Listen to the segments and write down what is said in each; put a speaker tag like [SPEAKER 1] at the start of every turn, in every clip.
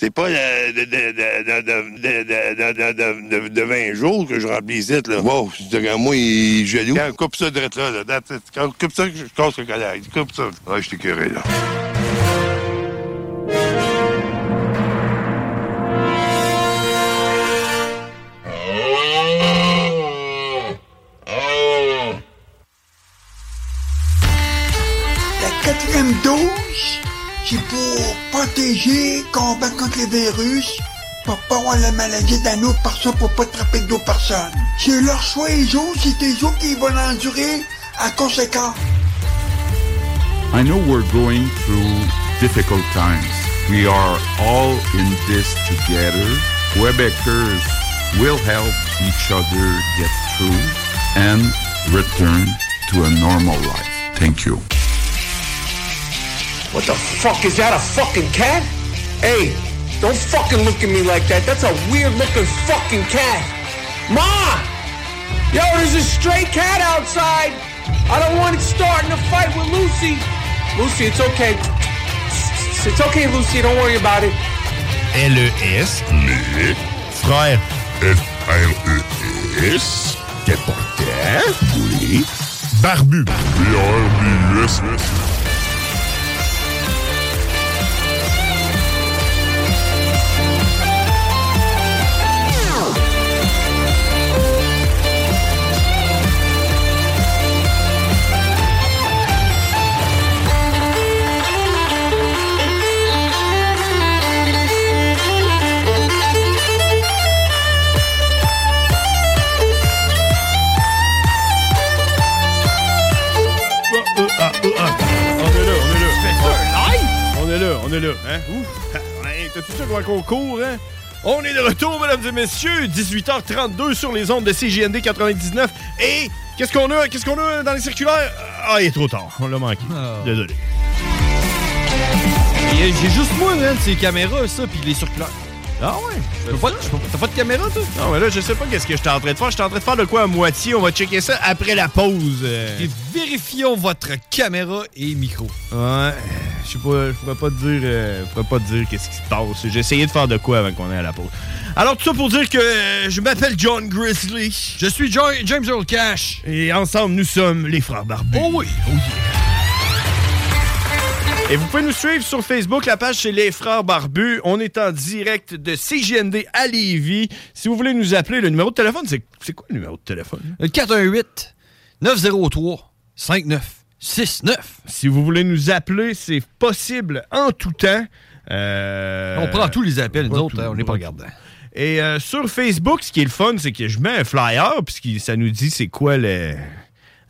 [SPEAKER 1] C'est pas euh, de, de, de, de, de, de, de, de, de, de 20 jours que je remplis ici, là. Wow, je dirais, moi, il est jaloux. Quand coupe ça direct là, là. that's it. Quand coupe ça, je casse le collègue. Coupe ça. Ah, je t'ai curé, là.
[SPEAKER 2] La quatrième dose, c'est pour protéger, combattre contre les virus, pour pas avoir la maladie d'un autre personne, pour pas attraper d'autres personnes. C'est leur choix, les autres, c'est les autres qui vont l'endurer à conséquence.
[SPEAKER 3] I know we're going through difficult times. We are all in this together. Quebecers will help each other get through and return to a normal life. Thank you.
[SPEAKER 4] What the fuck is that? A fucking cat? Hey, don't fucking look at me like that. That's a weird looking fucking cat. Ma! Yo, there's a stray cat outside. I don't want it starting a fight with Lucy. Lucy, it's okay. It's okay, Lucy. Don't worry about it.
[SPEAKER 5] L-E-S. Les. E Frère. E F-R-E-S. Capotin. Oui. Barbu. B-R-B-U-S.
[SPEAKER 6] On est là, on est là, hein? Ouf! Hey, T'as tout ça quoi qu'on court, hein? On est de retour, mesdames et messieurs, 18h32 sur les ondes de CGND 99. Et qu'est-ce qu'on a? Qu'est-ce qu'on a dans les circulaires? Ah, il est trop tard. On l'a manqué. Désolé.
[SPEAKER 7] Et, euh, J'ai juste moi, man, ces caméras, ça, puis les circulaires.
[SPEAKER 6] Ah ouais?
[SPEAKER 7] Je peux pas- je peux- T'as pas de caméra, toi?
[SPEAKER 6] Non, mais Ah là, je sais pas qu'est-ce que j'étais en train de faire. J'étais en train de faire de quoi à moitié. On va checker ça après la pause. euh.
[SPEAKER 7] Et vérifions votre caméra et micro.
[SPEAKER 6] Ouais. Je sais pas, je pourrais pas te dire, euh, je pourrais pas te dire qu'est-ce qui se passe. J'ai essayé de faire de quoi avant qu'on aille à la pause. Alors tout ça pour dire que euh, je m'appelle John Grizzly
[SPEAKER 7] Je suis Jo- James Earl Cash.
[SPEAKER 6] et ensemble nous sommes les frères barbus.
[SPEAKER 7] Oh oui, oh yeah.
[SPEAKER 6] Et vous pouvez nous suivre sur Facebook, la page c'est les frères barbus. On est en direct de CGND à Lévis. Si vous voulez nous appeler, le numéro de téléphone, c'est c'est quoi le numéro de téléphone
[SPEAKER 7] Le 418 903 5969.
[SPEAKER 6] Si vous voulez nous appeler, c'est possible en tout temps. Euh,
[SPEAKER 7] On prend tous les appels, nous
[SPEAKER 6] pas
[SPEAKER 7] autres,
[SPEAKER 6] tout,
[SPEAKER 7] hein, on n'est pas
[SPEAKER 6] pas
[SPEAKER 7] regardant.
[SPEAKER 6] Et euh, sur Facebook, ce qui est le fun, c'est que je mets un flyer, puis ce qui- ça nous dit c'est quoi le,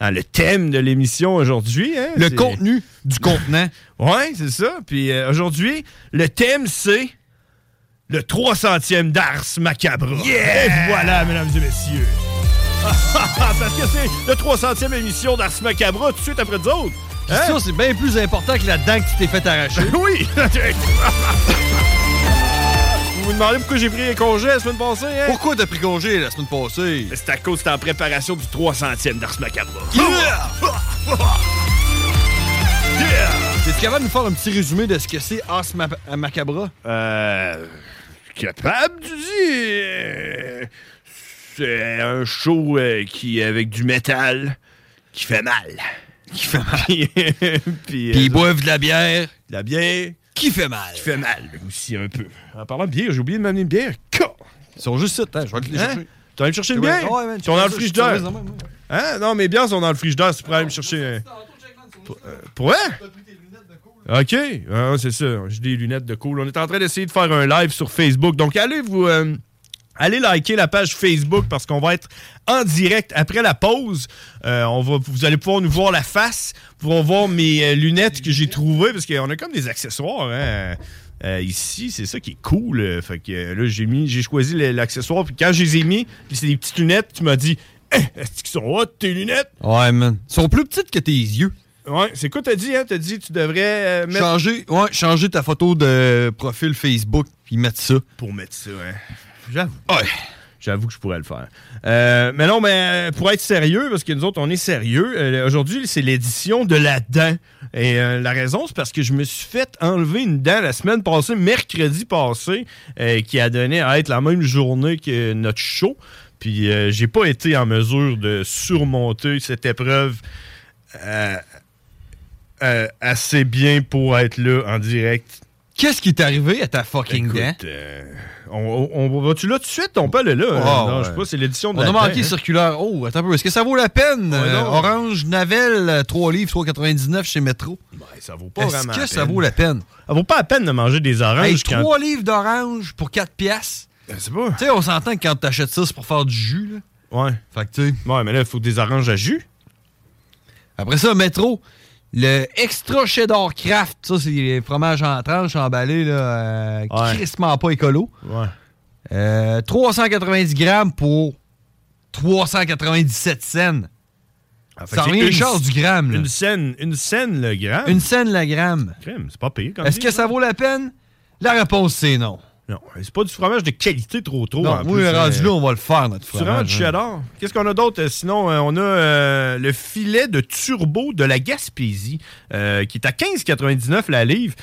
[SPEAKER 6] hein, le thème de l'émission aujourd'hui. hein,
[SPEAKER 7] Le
[SPEAKER 6] c'est-
[SPEAKER 7] contenu du contenant.
[SPEAKER 6] Ouais, c'est ça. Puis euh, aujourd'hui, le thème, c'est le 300e d'Ars Macabre. Et voilà, mesdames et messieurs. Parce que c'est le 300e émission d'Ars Macabre tout de suite après nous autres.
[SPEAKER 7] Puis Ça, c'est bien plus important que la dent que tu t'es fait arracher.
[SPEAKER 6] Oui! vous vous demandez pourquoi j'ai pris un congé la semaine passée, hein?
[SPEAKER 7] Pourquoi t'as pris congé la semaine passée?
[SPEAKER 6] C'est à cause que t'es en préparation du 300e d'Ars Macabre.
[SPEAKER 7] Yeah! T'es capable de nous faire un petit résumé de ce que c'est Ars Ma- Macabra?
[SPEAKER 6] Euh... Capable, tu dis? C'est un show euh, qui est avec du métal qui fait mal. Qui fait mal. Puis, euh,
[SPEAKER 7] Puis ils boivent de la bière,
[SPEAKER 6] de la bière,
[SPEAKER 7] Qui fait mal.
[SPEAKER 6] Qui fait mal aussi un peu. En parlant de bière, j'ai oublié de m'amener une bière. Ca-
[SPEAKER 7] Ils sont juste là, je vais aller les
[SPEAKER 6] Hein?
[SPEAKER 7] chercher.
[SPEAKER 6] T'as allé me chercher une
[SPEAKER 7] Ouais,
[SPEAKER 6] bière?
[SPEAKER 7] ouais, man,
[SPEAKER 6] Ils sont dans le
[SPEAKER 7] je- je-
[SPEAKER 6] frigidaire.
[SPEAKER 7] je- je-
[SPEAKER 6] Hein? Non, mes bières sont dans le frigidaire, tu pourrais aller me chercher un... Pour- euh, Pourquoi? OK. Ah, c'est ça. J'ai des lunettes de cool. On est en train d'essayer de faire un live sur Facebook. Donc, allez vous... euh, Allez liker la page Facebook parce qu'on va être en direct après la pause. Euh, on va, vous allez pouvoir nous voir la face, pouvoir voir mes euh, lunettes que j'ai trouvées parce qu'on a comme des accessoires hein, euh, ici. C'est ça qui est cool. euh. Fait que euh, là j'ai mis, j'ai choisi le- l'accessoire puis quand je les ai mis, puis c'est des petites lunettes. Tu m'as dit, Eh, est-ce qu'ils sont hot tes lunettes
[SPEAKER 7] Ouais, man. Ils sont plus petites que tes yeux.
[SPEAKER 6] Ouais, c'est quoi t'as dit hein T'as dit tu devrais euh, mettre
[SPEAKER 7] Changer, ouais, changer ta photo de profil Facebook puis mettre ça.
[SPEAKER 6] pour mettre ça. hein. J'avoue. J'avoue que je pourrais le faire. Euh, mais non, mais euh, pour être sérieux, parce que nous autres, on est sérieux, euh, aujourd'hui, c'est l'édition de la dent. Et euh, la raison, c'est parce que je me suis fait enlever une dent la semaine passée, mercredi passé, euh, qui a donné à être la même journée que notre show. Puis euh, j'ai pas été en mesure de surmonter cette épreuve euh, euh, assez bien pour être là en direct
[SPEAKER 7] Qu'est-ce qui est arrivé à ta fucking dent?
[SPEAKER 6] Écoute, euh, on, on- on va-tu là tout de suite? On peut aller là. hein?
[SPEAKER 7] Oh,
[SPEAKER 6] non,
[SPEAKER 7] ouais.
[SPEAKER 6] je sais pas, c'est l'édition de
[SPEAKER 7] On
[SPEAKER 6] la
[SPEAKER 7] a manqué
[SPEAKER 6] dent, hein.
[SPEAKER 7] circulaire. Oh, attends un peu. Est-ce que ça vaut la peine? Euh,
[SPEAKER 6] Oh, non.
[SPEAKER 7] orange, Navel, euh, 3 livres, 3,99 chez Metro.
[SPEAKER 6] Ben, ça vaut pas
[SPEAKER 7] Est-ce
[SPEAKER 6] vraiment
[SPEAKER 7] que
[SPEAKER 6] la
[SPEAKER 7] ça
[SPEAKER 6] peine.
[SPEAKER 7] vaut la peine?
[SPEAKER 6] Ça vaut pas la peine de manger des oranges
[SPEAKER 7] Hey,
[SPEAKER 6] quand...
[SPEAKER 7] 3 livres d'orange pour 4 piastres.
[SPEAKER 6] Je sais pas.
[SPEAKER 7] Tu sais, on s'entend que quand t'achètes ça, c'est pour faire du jus. Là.
[SPEAKER 6] Ouais.
[SPEAKER 7] Fait que, tu sais.
[SPEAKER 6] Ouais, mais là, il faut des oranges à jus.
[SPEAKER 7] Après ça, Metro, le extra cheddar craft. Ça, c'est les fromages en tranche emballés, là, euh,
[SPEAKER 6] Ouais.
[SPEAKER 7] crissement pas écolo.
[SPEAKER 6] Ouais.
[SPEAKER 7] Euh, 390 grammes pour 397 cents.
[SPEAKER 6] Ah, fait
[SPEAKER 7] Ça
[SPEAKER 6] que
[SPEAKER 7] revient
[SPEAKER 6] c'est
[SPEAKER 7] une chance du gramme. là.
[SPEAKER 6] Une scène, une scène le gramme.
[SPEAKER 7] Une scène la gramme.
[SPEAKER 6] crème, c'est pas pire comme
[SPEAKER 7] Est-ce
[SPEAKER 6] dit.
[SPEAKER 7] que ça vaut la peine? La réponse, c'est non.
[SPEAKER 6] Non, c'est pas du fromage de qualité trop trop.
[SPEAKER 7] Non,
[SPEAKER 6] en
[SPEAKER 7] oui,
[SPEAKER 6] plus,
[SPEAKER 7] rendu
[SPEAKER 6] hein.
[SPEAKER 7] là, on va le faire, notre
[SPEAKER 6] C'est vraiment
[SPEAKER 7] fromage.
[SPEAKER 6] du
[SPEAKER 7] hein.
[SPEAKER 6] cheddar. Qu'est-ce qu'on a d'autre? Euh, Sinon, euh, on a euh, le filet de turbo de la Gaspésie, euh, qui est à 15,99 la livre.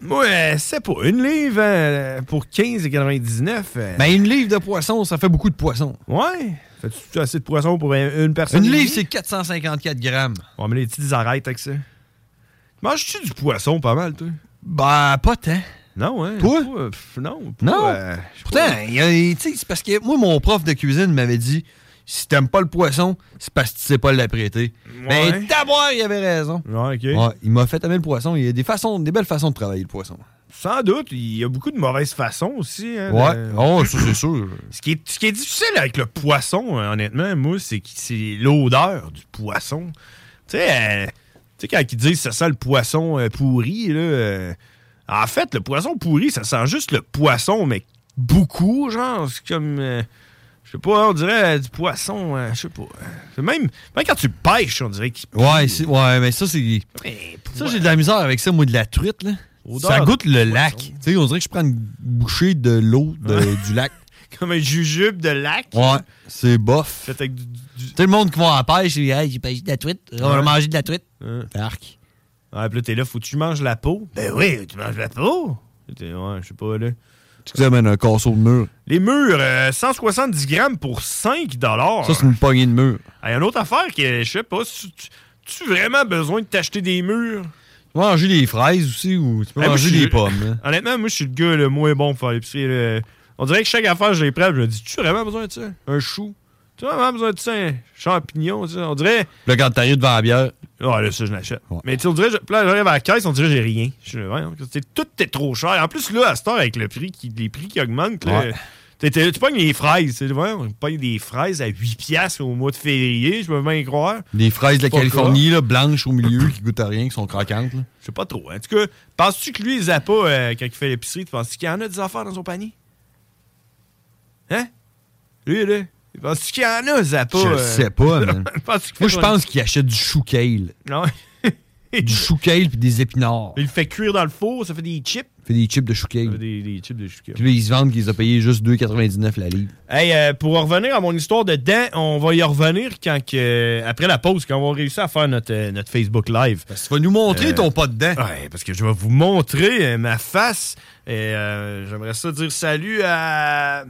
[SPEAKER 6] Moi, euh, c'est pas une livre hein, pour 15,99. euh,
[SPEAKER 7] Ben, une livre de poisson, ça fait beaucoup de poisson.
[SPEAKER 6] ouais. Fais-tu assez de poisson pour un- une personne?
[SPEAKER 7] Une
[SPEAKER 6] et
[SPEAKER 7] livre,
[SPEAKER 6] demie?
[SPEAKER 7] c'est 454 grammes.
[SPEAKER 6] On met les petits arêtes avec ça. Manges-tu du poisson pas mal, toi?
[SPEAKER 7] Ben, pas tant.
[SPEAKER 6] Non, hein?
[SPEAKER 7] Toi?
[SPEAKER 6] Pas, euh, pff, non. pas,
[SPEAKER 7] Non.
[SPEAKER 6] euh, je sais
[SPEAKER 7] Pourtant,
[SPEAKER 6] pas.
[SPEAKER 7] il y a- tu sais, c'est parce que moi, mon prof de cuisine m'avait dit si t'aimes pas le poisson, c'est parce que tu sais pas l'apprêter.
[SPEAKER 6] Ouais.
[SPEAKER 7] Mais d'avoir, il avait raison.
[SPEAKER 6] Ouais, ok.
[SPEAKER 7] Ouais, il m'a fait aimer le poisson. Il y a des façons, des belles façons de travailler le poisson.
[SPEAKER 6] Sans doute, il y a beaucoup de mauvaises façons aussi. hein,
[SPEAKER 7] Ouais.
[SPEAKER 6] de-
[SPEAKER 7] Oh, ça, c'est sûr.
[SPEAKER 6] Ce qui, est, ce qui est difficile avec le poisson, euh, honnêtement, moi, c'est que c'est l'odeur du poisson. Tu sais, euh, tu sais, quand ils disent ça sent le poisson euh, pourri, là, euh, en fait, le poisson pourri, ça sent juste le poisson, mais beaucoup, genre. C'est comme. euh, je sais pas, on dirait euh, du poisson, euh, je sais pas. euh, c'est même, même quand tu pêches, on dirait qu'il.
[SPEAKER 7] Ouais, c'est- ouais, mais ça, c'est.
[SPEAKER 6] Mais
[SPEAKER 7] Ça, j'ai de la misère avec ça, moi, de la truite, là.
[SPEAKER 6] Odeur
[SPEAKER 7] ça goûte
[SPEAKER 6] de
[SPEAKER 7] le
[SPEAKER 6] poisson.
[SPEAKER 7] lac. Tu sais, on dirait que je prends une bouchée de l'eau de- du lac.
[SPEAKER 6] Comme un jujube de lac.
[SPEAKER 7] Ouais, c'est bof.
[SPEAKER 6] Fait avec du- du-
[SPEAKER 7] Tout le monde qui va à la pêche, il dit Hey, j'ai pêché de la truite. On
[SPEAKER 6] Ouais.
[SPEAKER 7] a mangé de la truite.
[SPEAKER 6] Ouais.
[SPEAKER 7] Arc.
[SPEAKER 6] Ouais, puis là, t'es là, faut que tu manges la peau. Ben oui, tu manges la peau. T'es- Ouais, je sais pas, là.
[SPEAKER 7] Tu sais, man, un casseau de mur.
[SPEAKER 6] Les murs, euh, 170 grammes pour 5 dollars.
[SPEAKER 7] Ça, c'est une poignée de mur.
[SPEAKER 6] Il y a une autre affaire que je sais pas. si Tu, tu vraiment besoin de t'acheter des murs?
[SPEAKER 7] Tu peux manger des fraises aussi ou tu peux
[SPEAKER 6] Ah, moi,
[SPEAKER 7] manger
[SPEAKER 6] je suis-
[SPEAKER 7] des pommes. hein.
[SPEAKER 6] Honnêtement, moi, je suis le gars le moins bon pour faire l'épicerie. là. On dirait que chaque affaire, je les prends. Je me dis, tu as vraiment besoin de ça? Un chou? Tu as vraiment besoin de ça? Un champignon? tu sais? On dirait.
[SPEAKER 7] Là, quand t'arrives devant la bière,
[SPEAKER 6] Ah, là, ça, je l'achète.
[SPEAKER 7] Ouais.
[SPEAKER 6] Mais tu sais, on dirait, je- puis là, j'arrive à la caisse, on dirait, j'ai rien. Je suis, voyons, c'est- tout est trop cher. En plus, là, à cette heure, avec le prix qui, les prix qui augmentent, là,
[SPEAKER 7] Ouais.
[SPEAKER 6] t'es- t'es- tu pognes les fraises. Tu sais, voyons, je pogne des fraises à 8 piastres au mois de février, je peux bien y croire.
[SPEAKER 7] des fraises de la
[SPEAKER 6] Pas
[SPEAKER 7] Californie, là, blanches au milieu, qui goûtent à rien, qui sont croquantes. là.
[SPEAKER 6] Je sais pas trop. hein. En tout cas, penses-tu que lui, il a pas, euh, quand il fait l'épicerie, tu penses qu'il y en a des affaires dans son panier? Hein? Lui, là, penses-tu qu'il y en a, Zappa?
[SPEAKER 7] Je
[SPEAKER 6] euh,
[SPEAKER 7] sais pas, man.
[SPEAKER 6] penses-tu qu'il
[SPEAKER 7] Moi,
[SPEAKER 6] fait
[SPEAKER 7] je
[SPEAKER 6] son-
[SPEAKER 7] pense qu'ils achètent du chou kale.
[SPEAKER 6] Non.
[SPEAKER 7] Du chou kale puis des épinards.
[SPEAKER 6] Il le fait cuire dans le four, ça fait des chips.
[SPEAKER 7] Fait des chips de chou
[SPEAKER 6] Ça fait
[SPEAKER 7] kale.
[SPEAKER 6] des, des chips de choucroute.
[SPEAKER 7] Puis là, ils se vendent qu'ils ont payé juste 2,99 la livre.
[SPEAKER 6] Hey, euh, pour en revenir à mon histoire de dents, on va y revenir quand que, euh, après la pause, quand on va réussir à faire notre, euh, notre Facebook Live.
[SPEAKER 7] Tu vas nous montrer
[SPEAKER 6] Euh,
[SPEAKER 7] ton pas dedans.
[SPEAKER 6] Ouais, parce que je vais vous montrer euh, ma face. Et euh, j'aimerais ça dire salut à,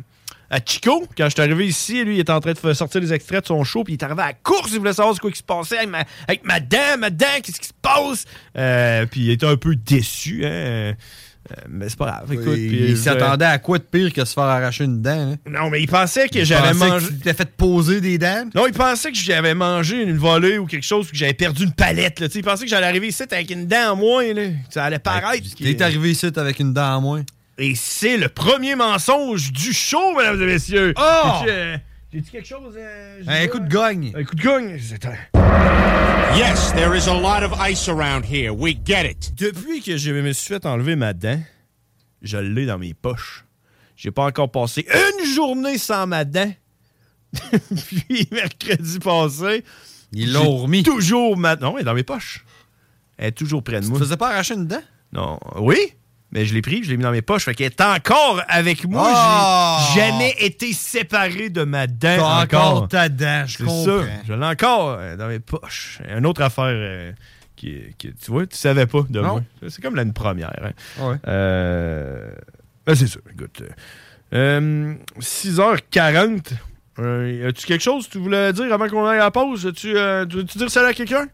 [SPEAKER 6] à Chico. Quand je suis arrivé ici, lui, il était en train de faire sortir les extraits de son show, puis il est arrivé à la course, il voulait savoir ce quoi qui se passait avec ma, avec ma dent, ma dent, qu'est-ce qui se passe? Euh, puis il était un peu déçu, hein. euh, mais c'est pas grave. Écoute,
[SPEAKER 7] il
[SPEAKER 6] puis,
[SPEAKER 7] il
[SPEAKER 6] je-
[SPEAKER 7] s'attendait à quoi de pire que se faire arracher une dent? hein?
[SPEAKER 6] Non, mais il pensait que
[SPEAKER 7] Il
[SPEAKER 6] j'avais
[SPEAKER 7] pensait que
[SPEAKER 6] mangé.
[SPEAKER 7] tu t'es fait poser des dents?
[SPEAKER 6] Non, il pensait que j'avais mangé une volée ou quelque chose, puis que j'avais perdu une palette. Là. Tu sais, Il pensait que j'allais arriver ici avec une dent en moins. Là. que Ça allait paraître.
[SPEAKER 7] Il est Ben, arrivé ici avec une dent en moins.
[SPEAKER 6] Et c'est le premier mensonge du show, mesdames et messieurs.
[SPEAKER 7] Oh!
[SPEAKER 6] J'ai- euh, J'ai dit quelque chose. euh, j'ai
[SPEAKER 7] Un
[SPEAKER 6] dit,
[SPEAKER 7] coup
[SPEAKER 6] euh,
[SPEAKER 7] de gagne.
[SPEAKER 6] Un coup de gagne. C'était-
[SPEAKER 4] Yes, there is a lot of ice around here. We get it.
[SPEAKER 6] Depuis que je me suis fait enlever ma dent, je l'ai dans mes poches. J'ai pas encore passé une journée sans ma dent. Puis mercredi passé,
[SPEAKER 7] Ils l'ont
[SPEAKER 6] j'ai
[SPEAKER 7] remis.
[SPEAKER 6] Toujours maintenant, elle est dans mes poches. Elle est toujours près de
[SPEAKER 7] Tu
[SPEAKER 6] moi.
[SPEAKER 7] te faisais pas arracher une dent?
[SPEAKER 6] Non, oui, mais je l'ai pris, je l'ai mis dans mes poches. Fait qu'elle est encore avec moi.
[SPEAKER 7] Oh!
[SPEAKER 6] J'ai jamais été séparé de ma dent.
[SPEAKER 7] T'as encore ta dent, je
[SPEAKER 6] Hein, C'est
[SPEAKER 7] comprends.
[SPEAKER 6] ça. Je l'ai encore euh, dans mes poches. Une autre affaire euh, qui, qui- tu vois, tu savais pas de
[SPEAKER 7] Non.
[SPEAKER 6] moi. C'est comme la première. hein.
[SPEAKER 7] Ouais.
[SPEAKER 6] Euh, ben, c'est ça. Écoute. euh, 6h40. Euh, As-tu quelque chose que tu voulais dire avant qu'on aille à la pause? As-tu, euh, tu veux-tu dire salut à quelqu'un?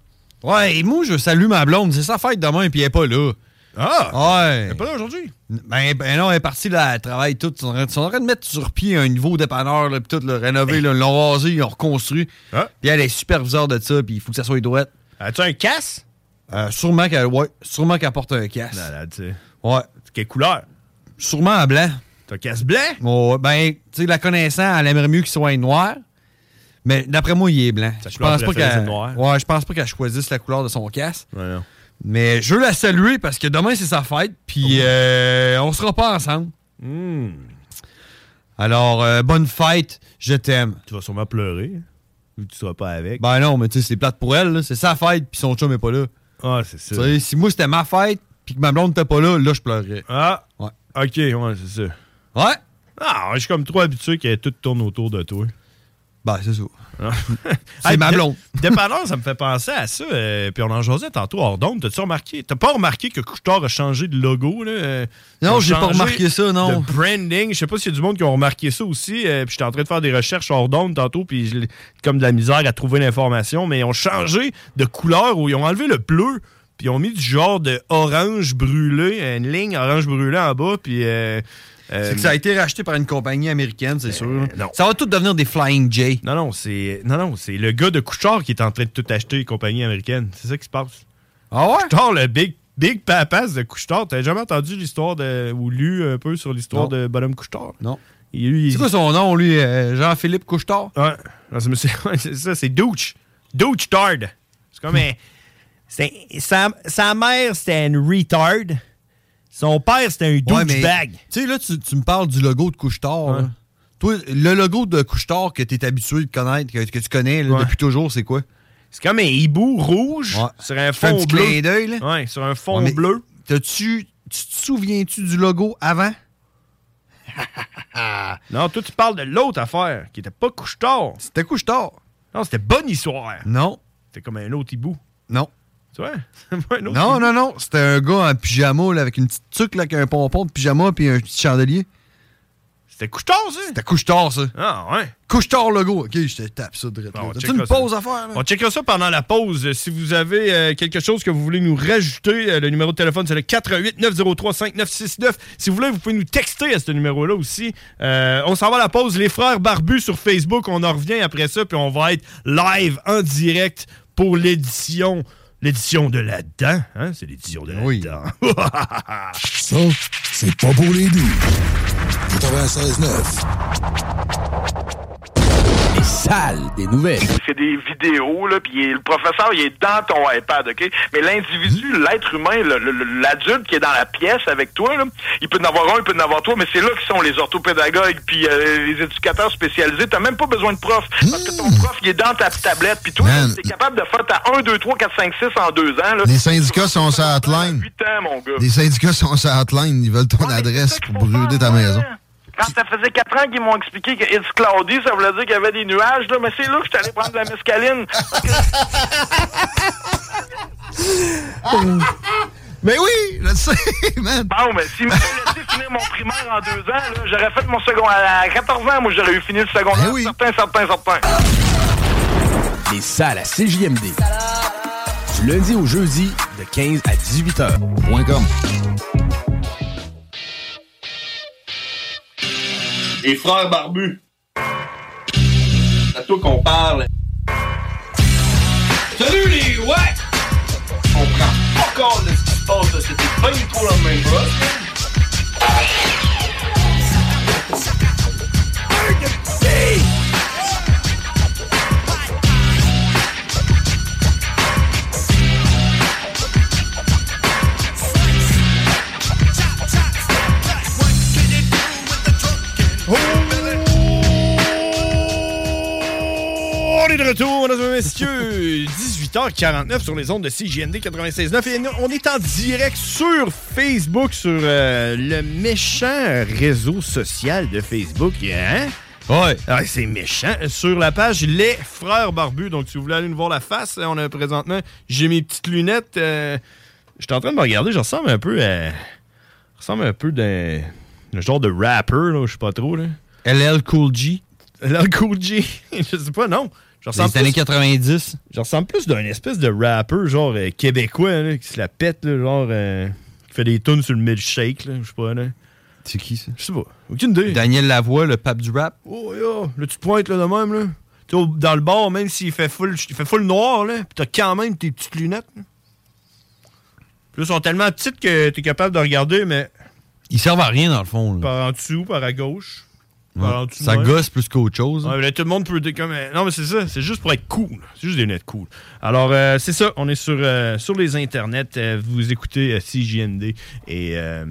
[SPEAKER 7] Ouais, et moi, je salue ma blonde. C'est sa fête demain, puis elle est pas là.
[SPEAKER 6] Ah!
[SPEAKER 7] Ouais.
[SPEAKER 6] Pas là aujourd'hui.
[SPEAKER 7] Ben, ben non, elle est partie, là, elle travaille tout. Ils sont en train- ils sont en train de mettre sur pied un nouveau dépanneur, là, puis tout, le rénové, là, ils l'ont rasé, ils l'ont reconstruit.
[SPEAKER 6] Ah.
[SPEAKER 7] Puis elle est superviseur de ça, puis il faut que ça soit droite.
[SPEAKER 6] As-tu un casse?
[SPEAKER 7] Euh, sûrement qu'elle ouais, sûrement qu'elle porte un casque.
[SPEAKER 6] Malade, tu sais.
[SPEAKER 7] Ouais.
[SPEAKER 6] Quelle couleur?
[SPEAKER 7] Sûrement à blanc.
[SPEAKER 6] T'as casse blanc?
[SPEAKER 7] Ouais, ben, tu sais, la connaissant, elle aimerait mieux qu'il soit noir. Mais d'après moi, il est blanc.
[SPEAKER 6] Sa
[SPEAKER 7] Je
[SPEAKER 6] couleur
[SPEAKER 7] pense pas
[SPEAKER 6] préférée, c'est
[SPEAKER 7] qu'elle.
[SPEAKER 6] le noir.
[SPEAKER 7] Ouais, je pense pas qu'elle choisisse la couleur de son casque.
[SPEAKER 6] Ouais, non.
[SPEAKER 7] Mais je veux la saluer parce que demain, c'est sa fête, puis
[SPEAKER 6] Oh.
[SPEAKER 7] euh, on sera pas ensemble.
[SPEAKER 6] Hmm.
[SPEAKER 7] Alors, euh, bonne fête, je t'aime.
[SPEAKER 6] Tu vas sûrement pleurer. hein, Ou tu seras pas avec.
[SPEAKER 7] Ben non, mais tu sais, c'est plate pour elle, là. c'est sa fête, puis son chum est pas là.
[SPEAKER 6] Ah, c'est ça.
[SPEAKER 7] Tu sais, si moi, c'était ma fête, puis que ma blonde était pas là, là, je pleurais.
[SPEAKER 6] Ah!
[SPEAKER 7] Ouais.
[SPEAKER 6] Ok, ouais, c'est ça.
[SPEAKER 7] Ouais?
[SPEAKER 6] Ah, je suis comme trop habitué que tout tourne autour de toi.
[SPEAKER 7] Ben, c'est ça. c'est
[SPEAKER 6] Hey,
[SPEAKER 7] ma
[SPEAKER 6] dé-
[SPEAKER 7] blonde.
[SPEAKER 6] Dépanneur, ça me fait penser à ça. euh, puis on en jasait tantôt hors d'onde. T'as-tu remarqué? T'as pas remarqué que Couchetard a changé de logo? Là, euh,
[SPEAKER 7] Non,
[SPEAKER 6] ils ont
[SPEAKER 7] j'ai pas
[SPEAKER 6] changé
[SPEAKER 7] remarqué ça, non.
[SPEAKER 6] De branding. Je sais pas s'il y a du monde qui ont remarqué ça aussi. euh, puis j'étais en train de faire des recherches hors d'onde tantôt. Puis j'ai comme de la misère à trouver l'information. Mais ils ont changé de couleur ou ils ont enlevé le bleu. Puis ils ont mis du genre de orange brûlé, une ligne orange brûlé en bas. Puis. euh, euh,
[SPEAKER 7] C'est que ça a été racheté par une compagnie américaine, c'est sûr.
[SPEAKER 6] Ben, non.
[SPEAKER 7] Ça va tout devenir des Flying J.
[SPEAKER 6] Non, non, c'est. Non, non, c'est le gars de Couchard qui est en train de tout acheter, compagnie américaine. C'est ça qui se passe.
[SPEAKER 7] Ah ouais?
[SPEAKER 6] Couchard, le big, big papas de Couchard. T'as jamais entendu l'histoire de. ou lu un peu sur l'histoire
[SPEAKER 7] Non.
[SPEAKER 6] de Bonhomme Couchard?
[SPEAKER 7] Non.
[SPEAKER 6] Il, lui, il-
[SPEAKER 7] C'est quoi son nom, lui? euh, Jean-Philippe Couchetard?
[SPEAKER 6] Ouais. Non, c'est- c'est ouais, c'est ça, c'est Douche. Douche Tard. C'est comme un. c'est- Sa, sa mère, c'était une retard. Son père, c'était un
[SPEAKER 7] Ouais, mais-
[SPEAKER 6] douchebag.
[SPEAKER 7] Tu sais, là, tu, tu me parles du logo de Couchetard. là. Toi, le logo de Couchetard que tu es habitué de connaître, que, que tu connais là,
[SPEAKER 6] Ouais.
[SPEAKER 7] depuis toujours, c'est quoi?
[SPEAKER 6] C'est comme un hibou rouge
[SPEAKER 7] Ouais.
[SPEAKER 6] sur un
[SPEAKER 7] Fais un
[SPEAKER 6] fond
[SPEAKER 7] petit
[SPEAKER 6] bleu.
[SPEAKER 7] clin d'œil, là.
[SPEAKER 6] Ouais, sur un fond
[SPEAKER 7] Ouais, mais
[SPEAKER 6] bleu.
[SPEAKER 7] T'as-tu. Tu te souviens-tu du logo avant?
[SPEAKER 6] Non, toi, tu parles de l'autre affaire qui était pas Couchetard.
[SPEAKER 7] C'était Couchetard.
[SPEAKER 6] Non, c'était bonne histoire.
[SPEAKER 7] Non.
[SPEAKER 6] C'était comme un autre hibou.
[SPEAKER 7] Non.
[SPEAKER 6] Tu vois? Moi, un autre
[SPEAKER 7] Non,
[SPEAKER 6] hibou.
[SPEAKER 7] non, non. C'était un gars en pyjama, là, avec une petite tuque, là, avec un pompon de pyjama puis un petit chandelier.
[SPEAKER 6] C'était Couchetard, ça?
[SPEAKER 7] C'était Couchetard, ça.
[SPEAKER 6] Ah, ouais.
[SPEAKER 7] Couchetard logo. Ok, je te tape ça direct.
[SPEAKER 6] Bon,
[SPEAKER 7] là. T'as-tu
[SPEAKER 6] checkera
[SPEAKER 7] une
[SPEAKER 6] ça.
[SPEAKER 7] pause à faire, là?
[SPEAKER 6] On checkera ça pendant la pause. Euh, Si vous avez euh, quelque chose que vous voulez nous rajouter, euh, le numéro de téléphone, c'est le 88 903 5969. Si vous voulez, vous pouvez nous texter à ce numéro-là aussi. Euh, on s'en va à la pause. Les frères barbus sur Facebook, on en revient après ça, puis on va être live en direct pour l'édition. L'édition de la dent, hein? C'est l'édition de la
[SPEAKER 7] Oui.
[SPEAKER 6] dent.
[SPEAKER 8] Ça, c'est pas pour les doux. 96.9. Les salles des nouvelles.
[SPEAKER 9] c'est des vidéos, là, puis il est- le professeur, il est dans ton iPad, OK? Mais l'individu,
[SPEAKER 8] Mhm.
[SPEAKER 9] l'être humain, le- le- le- l'adulte qui est dans la pièce avec toi, là, il peut en avoir un, il peut en avoir toi, mais c'est là qui sont les orthopédagogues, puis euh, les éducateurs spécialisés. T'as même pas besoin de prof, parce que ton prof, il est dans ta tablette, puis toi,
[SPEAKER 8] Mhm. Man.
[SPEAKER 9] t'es capable de faire ta 1, 2, 3, 4, 5, 6 en 2 ans, là.
[SPEAKER 8] Les syndicats sont sur la hotline.
[SPEAKER 9] 8 ans, mon gars.
[SPEAKER 8] Les syndicats sont sur Hotline, ils veulent ton
[SPEAKER 9] Ouais, Ah, mais c'est
[SPEAKER 8] adresse
[SPEAKER 9] ça qu'il
[SPEAKER 8] pour
[SPEAKER 9] faut
[SPEAKER 8] brûler
[SPEAKER 9] faire,
[SPEAKER 8] ta
[SPEAKER 9] ouais.
[SPEAKER 8] maison.
[SPEAKER 9] Quand ça faisait quatre ans qu'ils m'ont expliqué que it's cloudy, ça voulait dire qu'il y avait des nuages, là, mais c'est là que je suis allé prendre de la mescaline.
[SPEAKER 7] Mais oui, je le sais, man.
[SPEAKER 6] Bon, mais s'il m'avait laissé finir mon primaire en deux ans, là, j'aurais fait mon second. À 14 ans, moi, j'aurais eu fini le secondaire.
[SPEAKER 1] Ben
[SPEAKER 6] Certain, certain, certain.
[SPEAKER 3] Et ça à la CJMD. Du lundi au jeudi, de 15 à 18 heures. Point com.
[SPEAKER 10] Les frères barbus. C'est à toi qu'on parle. Salut les ouais! On prend pas compte de ce qui se passe, là. c'était pas du tout la même chose.
[SPEAKER 1] Oh, On est de retour, mesdames et messieurs. 18h49 sur les ondes de CJND 96.9. Et on est en direct sur Facebook, sur euh, le méchant réseau social de Facebook. Hein? Ouais. c'est méchant. Sur la page Les Frères Barbus. Donc, si vous voulez aller nous voir la face, hein, on a présentement, j'ai mes petites lunettes. euh, J'étais en train de me regarder, je ressemble un peu à. je ressemble un peu d'un. un genre de rapper, là, je sais pas trop, là. LL Cool G. LL Cool G. je sais pas, non. Je ressemble
[SPEAKER 7] Des années
[SPEAKER 1] 90. Je ressemble plus d'un espèce de rapper, genre euh, québécois, là, qui se la pète, là, genre. euh, qui fait des tunes sur le milkshake, là, je sais pas, là. C'est qui ça? Je sais pas. Aucune idée. Daniel Lavoie, le pape du rap. Oh, yo, là, tu te pointes là, de même, là. Tu sais, au- dans le bar, même s'il fait full, il fait full noir, là, pis t'as quand même tes petites lunettes. là. Puis là, sont tellement petites que t'es capable de regarder, mais. Ils servent à rien, dans le fond, Par en dessous, par à gauche. par en dessous
[SPEAKER 7] Ça
[SPEAKER 1] même.
[SPEAKER 7] gosse plus qu'autre chose.
[SPEAKER 1] Ouais, là, tout le monde peut. dé- comme, euh, non, mais c'est ça. C'est juste pour être cool. C'est juste des lunettes cool. Alors, euh, c'est ça. On est sur, euh, sur les internets. Euh, vous écoutez euh, CJND. Et euh,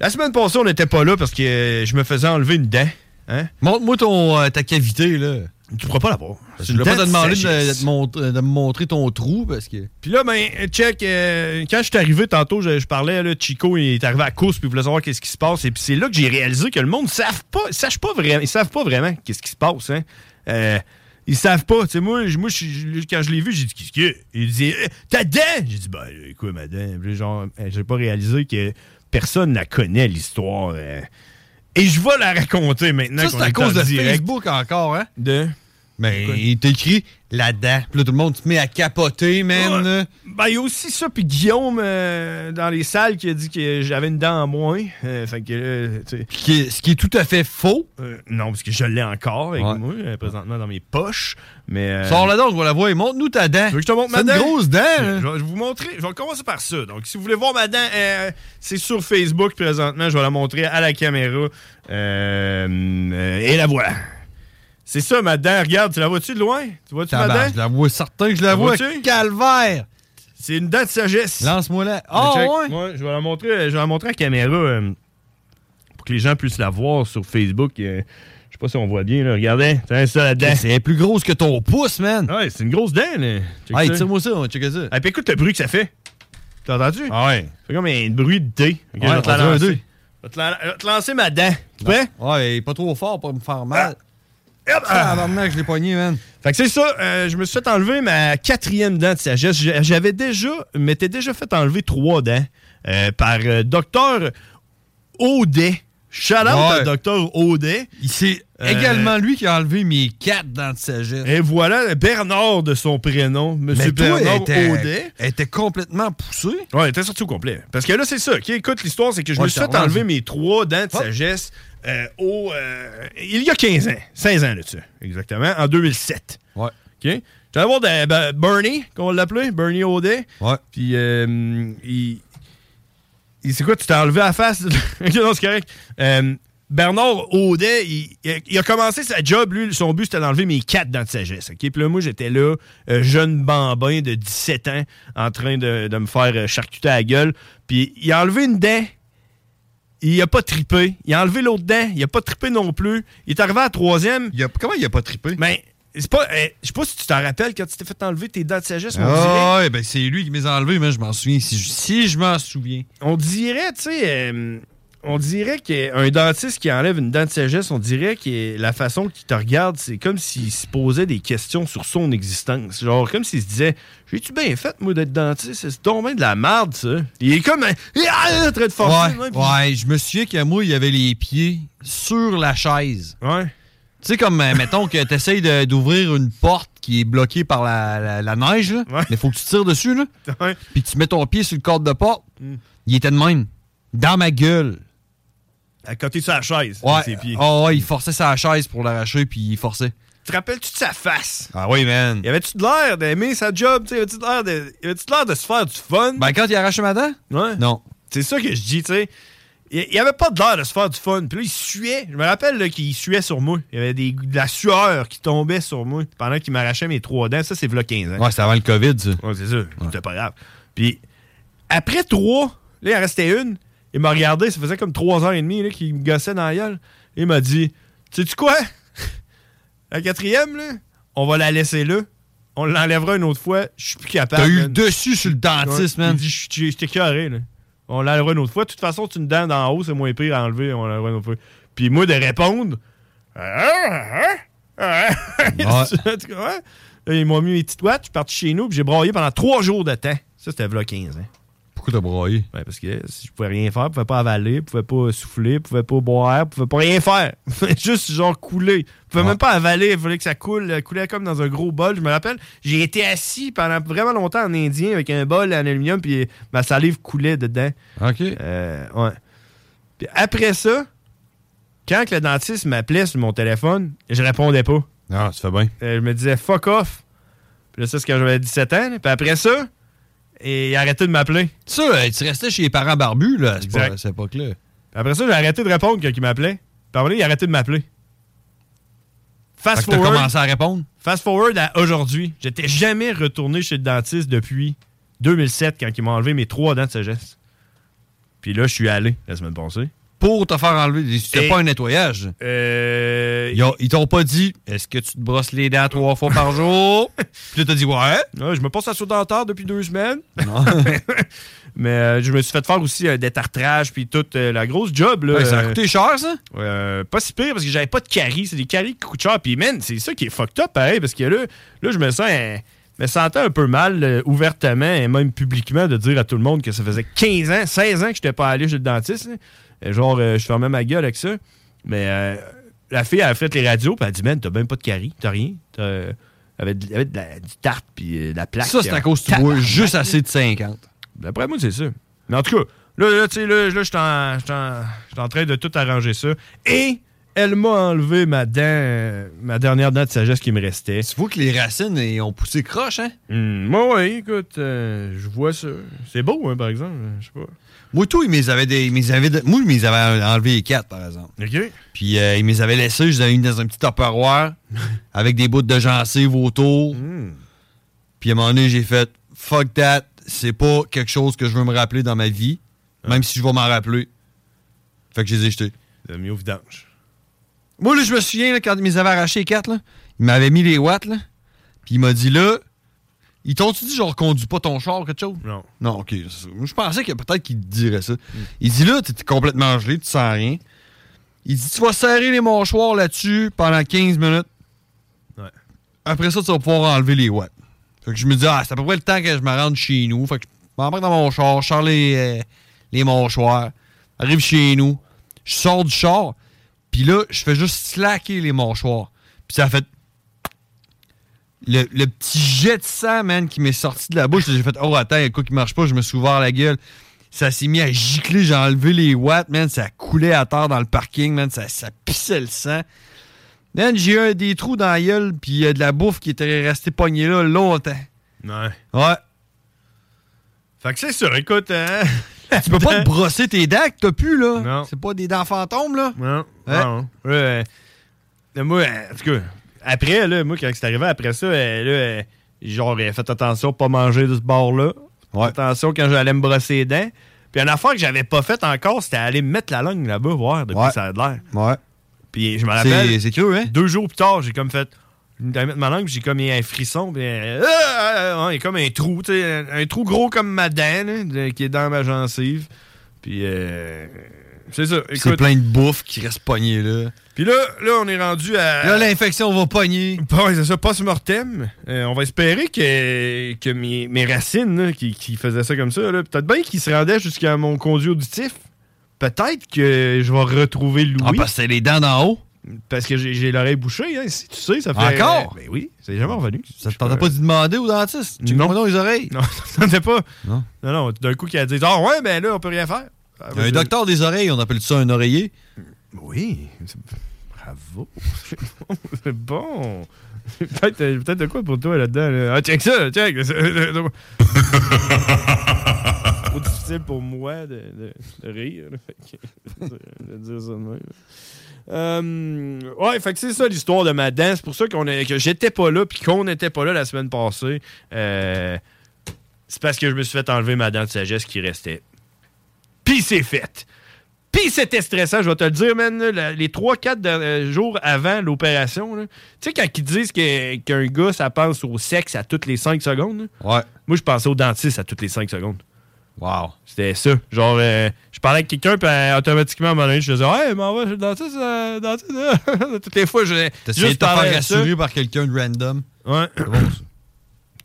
[SPEAKER 1] la semaine passée, on n'était pas là parce que euh, je me faisais enlever une dent. Hein? Montre-moi ton,
[SPEAKER 7] euh,
[SPEAKER 1] ta cavité. là. Tu pourras pas l'avoir.
[SPEAKER 7] Je voulais pas te demander de,
[SPEAKER 1] demander
[SPEAKER 7] de te mont- euh, de me montrer ton trou parce que.
[SPEAKER 1] puis là, ben, check, euh, quand je suis arrivé tantôt, je, je parlais, là, Chico, il est arrivé à course, puis il voulait savoir qu'est-ce qui se passe. Et puis c'est là que j'ai réalisé que le monde ne savent pas, sache pas vraiment, ils savent pas vraiment qu'est-ce qui se passe, hein. Euh, ils savent pas. Tu sais, moi, je- moi je- je- quand je l'ai vu, j'ai dit, qu'est-ce qu'il y a? Il dit, Eh, ta dent! J'ai dit, ben, quoi, ma dent? Puis là, genre, euh, j'ai pas réalisé que personne la connaît, l'histoire. euh. et je vais la raconter maintenant.
[SPEAKER 7] Ça,
[SPEAKER 1] qu'on
[SPEAKER 7] c'est à
[SPEAKER 1] est
[SPEAKER 7] cause
[SPEAKER 1] en
[SPEAKER 7] de
[SPEAKER 1] direct.
[SPEAKER 7] Facebook encore, hein?
[SPEAKER 1] De.
[SPEAKER 7] Mais il t'écrit là-dedans. Puis là, tout le monde se met à capoter, man. là.
[SPEAKER 1] Ben, il y a aussi ça, puis Guillaume, euh, dans les salles, qui a dit que j'avais une dent en moins. Euh, fait que, là, tu sais.
[SPEAKER 7] Ce qui est tout à fait faux.
[SPEAKER 1] Euh, non, parce que je l'ai encore avec moi, euh, présentement, dans mes poches. Mais, euh,
[SPEAKER 7] Sors la dent, je vais la voir et montre-nous ta dent.
[SPEAKER 1] Tu veux que je te montre ma
[SPEAKER 7] C'est
[SPEAKER 1] dent?
[SPEAKER 7] une grosse dent, là.
[SPEAKER 1] Je vais je vais vous montrer. Je vais commencer par ça. Donc, si vous voulez voir ma dent, euh, c'est sur Facebook présentement. Je vais la montrer à la caméra. Euh, euh, et la voilà. C'est ça, ma dent. Regarde, tu la vois-tu de loin? Tu vois-tu ma
[SPEAKER 7] Tabarnak,
[SPEAKER 1] dent?
[SPEAKER 7] je la vois certain que je la vois.
[SPEAKER 1] Vois-tu? Calvaire! C'est une dent de sagesse. Lance-moi là.
[SPEAKER 7] Ah,
[SPEAKER 1] ouais? je vais la montrer, euh, je vais la montrer à la caméra euh, pour que les gens puissent la voir sur Facebook. euh, je sais pas si on voit bien, là. Regardez, c'est ça la dent. C'est plus grosse que ton pouce, man. Ouais, c'est une grosse dent, là. Check
[SPEAKER 7] Hey,
[SPEAKER 1] Ah, ça.
[SPEAKER 7] tire-moi ça, on va checker ça.
[SPEAKER 1] Ah, puis écoute le bruit que ça fait. T'as entendu? Ah ouais. C'est comme un bruit de dé. Ok,
[SPEAKER 7] Ouais,
[SPEAKER 1] je vais te la
[SPEAKER 7] on dirait un
[SPEAKER 1] lancer.
[SPEAKER 7] dé.
[SPEAKER 1] Je vais te la- je vais te lancer ma dent. Tu prêt?
[SPEAKER 7] Ouais, il est pas trop fort pour me faire mal.
[SPEAKER 1] Hop!
[SPEAKER 7] Ah, tabarnak, je l'ai pogné, man.
[SPEAKER 1] Fait que c'est ça, euh, je me suis fait enlever ma quatrième dent de sagesse. J'a- J'avais déjà, m'étais déjà fait enlever trois dents euh, par Docteur Audet. Shout out
[SPEAKER 7] Ouais.
[SPEAKER 1] Docteur Audet.
[SPEAKER 7] C'est
[SPEAKER 1] Euh, Eh,
[SPEAKER 7] également lui qui a enlevé mes quatre dents de sagesse.
[SPEAKER 1] Et voilà Bernard de son prénom, Monsieur
[SPEAKER 7] Mais toi,
[SPEAKER 1] Bernard
[SPEAKER 7] elle était-
[SPEAKER 1] Audet.
[SPEAKER 7] Elle était complètement poussée.
[SPEAKER 6] Ah,
[SPEAKER 1] Ouais, il était sorti au complet. Parce que là, c'est ça. Qui écoute l'histoire, c'est que je
[SPEAKER 7] Ouais,
[SPEAKER 1] me suis
[SPEAKER 7] ça
[SPEAKER 1] fait enlever
[SPEAKER 7] relance.
[SPEAKER 1] mes trois dents de sagesse euh, au, euh, il y a 15 ans. 16 ans là-dessus, exactement, en 2007. Ouais. OK? J'allais voir de- ben, Bernie, qu'on l'appelait, Bernie Audet. Ouais. Puis, euh, il. il- C'est quoi, tu t'es enlevé à la face? Ok, non, c'est correct. Euh, Bernard Audet, il, il a- il a commencé sa job, lui, son but, c'était d'enlever mes quatre dents de sagesse. OK? Puis là, moi, j'étais là, euh, jeune bambin de 17 ans, en train de, de me faire euh, charcuter à la gueule. Puis il a enlevé une dent, il a pas trippé. Il a enlevé l'autre dent. Il a pas trippé non plus. Il est arrivé à la troisième. comment il a pas trippé? Ben, c'est pas. euh, je sais pas si tu t'en rappelles quand tu t'es fait enlever tes dents de sagesse. on dirait-
[SPEAKER 7] Ah, ouais, ben c'est lui qui m'a enlevé, mais je m'en souviens. Si je, si je m'en souviens.
[SPEAKER 1] on dirait, tu sais, euh,
[SPEAKER 6] on dirait qu'un dentiste qui enlève une dent de sagesse, on dirait que la façon qu'il te regarde, c'est comme s'il se posait des questions sur son existence. Genre, comme s'il se disait J'ai-tu bien fait, moi, d'être dentiste C'est donc bien de la merde, ça. Il est comme. un- Il est en train de forcer. hein,
[SPEAKER 7] Ouais, ouais, je me souviens qu'à moi, il y avait les pieds sur la chaise.
[SPEAKER 6] Ouais.
[SPEAKER 7] Tu sais, comme, euh, mettons que tu essayes d'ouvrir une porte qui est bloquée par la, la- la neige, là. mais faut que tu tires dessus, là. Puis que tu mets ton pied sur le cadre de porte.
[SPEAKER 6] Hmm.
[SPEAKER 7] Il était de même. Dans ma gueule.
[SPEAKER 6] À côté de sa chaise.
[SPEAKER 7] Ouais.
[SPEAKER 6] ses pieds.
[SPEAKER 7] Ah ouais, il forçait sa chaise pour l'arracher, puis il forçait.
[SPEAKER 6] Te rappelles-tu de sa face
[SPEAKER 7] Ah oui, man.
[SPEAKER 6] Y avait-tu de l'air d'aimer sa job? tu sais? Y avait-tu de l'air de, y avait-tu de l'air de se faire du fun?
[SPEAKER 7] Ben, quand il arrachait ma dent?
[SPEAKER 6] Ouais.
[SPEAKER 7] Non.
[SPEAKER 6] C'est ça que je dis, tu sais. Il il avait pas de l'air de se faire du fun. Puis là, il suait. Je me rappelle là, qu'il suait sur moi. Il y avait des- de la sueur qui tombait sur moi pendant qu'il m'arrachait mes trois dents. Ça, c'est v'là 15 ans.
[SPEAKER 7] Ouais, c'était avant le COVID, ça.
[SPEAKER 6] Ouais, Euh, c'est ça. C'était pas grave. Puis après trois, là, il en restait une. Il m'a regardé. Ça faisait comme trois heures et demie là, qu'il me gossait dans la gueule. Il m'a dit Sais-tu quoi La quatrième, là, on va la laisser là. On l'enlèvera une autre fois. Je suis plus capable.
[SPEAKER 7] T'as eu le
[SPEAKER 6] man.
[SPEAKER 7] dessus sur le dentiste,
[SPEAKER 6] Ouais.
[SPEAKER 7] man.
[SPEAKER 6] Il dit, Je suis- j'étais carré, là. On l'enlèvera une autre fois. De toute façon, tu une dent d'en haut, c'est moins pire à enlever. On l'enlèvera une autre fois. Puis moi, de répondre. Ah, ah, ah, ah. Tu comprends? Là, ils m'ont mis mes petites watts, je suis parti chez nous, puis j'ai braillé pendant trois jours de temps. Ça, c'était v'là 15 ans.
[SPEAKER 7] Pourquoi t'as braillé?
[SPEAKER 6] Ben, parce que si je pouvais rien faire, je pouvais pas avaler, je pouvais pas souffler, je pouvais pas boire, je pouvais pas rien faire. Juste genre couler. Je pouvais même pas avaler, il fallait que ça coule, euh, coulait comme dans un gros bol, je me rappelle. J'ai été assis pendant vraiment longtemps en indien avec un bol en aluminium puis ma salive coulait dedans.
[SPEAKER 7] OK.
[SPEAKER 6] Euh, ouais. Puis après ça, quand que le dentiste m'appelait sur mon téléphone, je répondais pas.
[SPEAKER 7] Ah, ça fait bien.
[SPEAKER 6] Euh, je me disais fuck off. Puis là, ça, c'est quand j'avais 17 ans. là. Puis après ça, et il arrêtait de m'appeler.
[SPEAKER 7] Ça, euh, tu restais chez les parents barbus, là, à cette
[SPEAKER 6] Exact.
[SPEAKER 7] époque- à cette époque-là.
[SPEAKER 6] Après ça, j'ai arrêté de répondre quand il m'appelait. Puis à un moment donné, il a arrêté de m'appeler. Fast
[SPEAKER 7] Fait que t'as
[SPEAKER 6] forward.
[SPEAKER 7] commencé à répondre?
[SPEAKER 6] Fast forward à aujourd'hui. J'étais jamais retourné chez le dentiste depuis 2007 quand il m'a enlevé mes trois dents de sagesse. Puis là, je suis allé la semaine passée.
[SPEAKER 7] Pour te faire enlever. C'était
[SPEAKER 6] Et-
[SPEAKER 7] pas un nettoyage. Ils, ont- ils t'ont pas dit est-ce que tu te brosses les dents trois fois par jour Puis là, t'as dit ouais.
[SPEAKER 6] je me passe à saut dentaire depuis deux semaines. Mais euh, je me suis fait faire aussi un détartrage puis toute euh, la grosse job. Là,
[SPEAKER 7] Ouais, ça a coûté cher, ça?
[SPEAKER 6] Euh, pas si pire parce que j'avais pas de caries. C'est des caries qui coûtent cher. Puis, man, c'est ça qui est fucked up, pareil, parce que là, là je me sens. euh, me sentais un peu mal euh, ouvertement et même publiquement de dire à tout le monde que ça faisait 15 ans, 16 ans que j'étais pas allé chez le dentiste. là. Euh, Genre, euh, je fermais ma gueule avec ça. Mais euh, la fille, elle a fait les radios, puis elle a dit Man, t'as même pas de caries, t'as rien. T'as, euh, avec, de- avec de la- du tarte, puis euh, de la plaque.
[SPEAKER 7] Ça, c'est
[SPEAKER 6] puis
[SPEAKER 7] à
[SPEAKER 6] un
[SPEAKER 7] cause que tu bois
[SPEAKER 6] tabarnak,
[SPEAKER 7] juste
[SPEAKER 6] là.
[SPEAKER 7] assez de 50.
[SPEAKER 6] D'après moi, c'est ça. Mais en tout cas, là, là, tu sais, là, là, je suis en- je suis en- je suis en train de tout arranger ça. Et elle m'a enlevé ma dent, euh, ma dernière dent de sagesse qui me restait. Hmm,
[SPEAKER 7] Tu vois que les racines elles ont poussé croche, hein?
[SPEAKER 6] moi, oui, écoute, euh, je vois ça. C'est beau, hein, par exemple. Je sais pas.
[SPEAKER 7] Moi, tout, ils me les avaient, des- ils me les avaient de- moi, ils me les avaient enlevé les quatre, par exemple.
[SPEAKER 6] OK.
[SPEAKER 7] Puis euh, ils me les avaient laissés, je les avais mis dans un petit tupperware avec des bouts de gencives autour. Puis à un moment donné, j'ai fait fuck that, c'est pas quelque chose que je veux me rappeler dans ma vie, même si je vais m'en rappeler. Fait que je les ai jetés.
[SPEAKER 6] Le mieux vidange.
[SPEAKER 7] Moi, là, je me souviens, là, quand ils me les avaient arrachés les quatre, là, il m'avait mis les watts, là. Puis il m'a dit là, ils t'ont-tu dit genre conduis pas ton char ou quelque chose?
[SPEAKER 6] Non.
[SPEAKER 7] Non, ok. c'est ça. Moi, Je pensais que peut-être qu'il te dirait ça. Il dit là, t'es complètement gelé, tu sens rien. Il dit tu vas serrer les mâchoires là-dessus pendant 15 minutes.
[SPEAKER 6] Ouais.
[SPEAKER 7] Après ça, tu vas pouvoir enlever les watts. Fait que je me dis, ah, c'est à peu près le temps que je me rende chez nous. Fait que je m'embarque dans mon char, je sors les, euh, les mâchoires, arrive chez nous, je sors du char, puis là, je fais juste slacker les mâchoires. Puis ça a fait le, le petit jet de sang, man, qui m'est sorti de la bouche. J'ai fait, oh, attends, il y a quoi qui marche pas, je me suis ouvert la gueule. Ça s'est mis à gicler, j'ai enlevé les watts, man, ça coulait à terre dans le parking, man, ça, ça pissait le sang. Man, j'ai eu un- des trous dans la gueule, puis euh, de la bouffe qui était restée pognée là longtemps.
[SPEAKER 6] Ouais.
[SPEAKER 7] Ouais.
[SPEAKER 6] Fait que c'est ça, écoute. hein.
[SPEAKER 7] Tu peux pas te brosser tes dents que t'as pu, là.
[SPEAKER 6] Non.
[SPEAKER 7] C'est pas des dents fantômes, là.
[SPEAKER 6] Non.
[SPEAKER 7] Ouais.
[SPEAKER 6] non. Là, euh, là, moi, euh, en tout cas, après, là, moi, quand c'est arrivé, après ça, euh, là, euh, genre, euh, faites attention, pas manger de ce bord-là. Attention quand j'allais me brosser les dents. Puis une affaire que j'avais pas faite encore, c'était aller me mettre la langue là-bas, voir de quoi ça a de l'air.
[SPEAKER 7] Ouais.
[SPEAKER 6] Puis je me
[SPEAKER 7] C'est-
[SPEAKER 6] rappelle.
[SPEAKER 7] c'est creux, hein?
[SPEAKER 6] Deux jours plus tard, j'ai comme fait. Je me suis mis ma langue, puis j'ai comme eu un frisson, puis euh, ah, ah, ah, il y a comme un trou, tu sais, un, un trou gros comme ma dent, là, de- qui est dans ma gencive. Puis, euh, c'est ça.
[SPEAKER 7] C'est
[SPEAKER 6] Écoute,
[SPEAKER 7] plein de bouffe qui reste pognée là.
[SPEAKER 6] Puis là, là, on est rendu à.
[SPEAKER 7] Là, l'infection va pogner.
[SPEAKER 6] Ouais, c'est ça, post-mortem. Euh, on va espérer que, que mes, mes racines là, qui, qui faisaient ça comme ça, là, peut-être bien qu'ils se rendaient jusqu'à mon conduit auditif. Peut-être que je vais retrouver Louis.
[SPEAKER 7] Ah, parce que c'est les dents d'en haut.
[SPEAKER 6] Parce que j'ai, j'ai l'oreille bouchée, hein, si tu sais, ça fait.
[SPEAKER 7] Encore?
[SPEAKER 6] Ben oui, c'est jamais revenu. Ça
[SPEAKER 7] Je t'entends pas d'y demander au dentiste. Tu
[SPEAKER 6] Non.
[SPEAKER 7] me dans les oreilles.
[SPEAKER 6] Non, t'entendais pas.
[SPEAKER 7] Non.
[SPEAKER 6] Non, non, d'un coup, qui a dit Ah, ouais, ben là, on peut rien faire. Ah,
[SPEAKER 7] Il y a un
[SPEAKER 6] je-
[SPEAKER 7] docteur des oreilles, on appelle ça un oreiller.
[SPEAKER 6] Oui. Bravo. C'est bon. Peut-être peut-être de quoi pour toi là-dedans. là. Ah, check ça, check. C'est trop difficile pour moi de, de- de rire. là. Fait que, de dire ça de même. Euh, ouais, fait que c'est ça l'histoire de ma danse. C'est pour ça qu'on est- que j'étais pas là puis qu'on n'était pas là la semaine passée. Euh, c'est parce que je me suis fait enlever ma dent de sagesse qui restait. Puis c'est fait. Puis c'était stressant, je vais te le dire, man. là, la- les 3-4 derniers euh, jours avant l'opération, là, tu sais, quand ils disent que- qu'un gars, ça pense au sexe à toutes les 5 secondes, là, moi, je pensais au dentiste à toutes les 5 secondes.
[SPEAKER 7] Wow.
[SPEAKER 6] C'était ça. Genre, euh, je parlais avec quelqu'un, puis euh, automatiquement, à un moment donné, je faisais Hey, m'en va chez le dentiste, euh, dentiste. euh. Toutes les fois, je.
[SPEAKER 7] T'essayais de te
[SPEAKER 6] parler
[SPEAKER 7] faire
[SPEAKER 6] à ça.
[SPEAKER 7] rassurer par quelqu'un de random.
[SPEAKER 6] Ouais.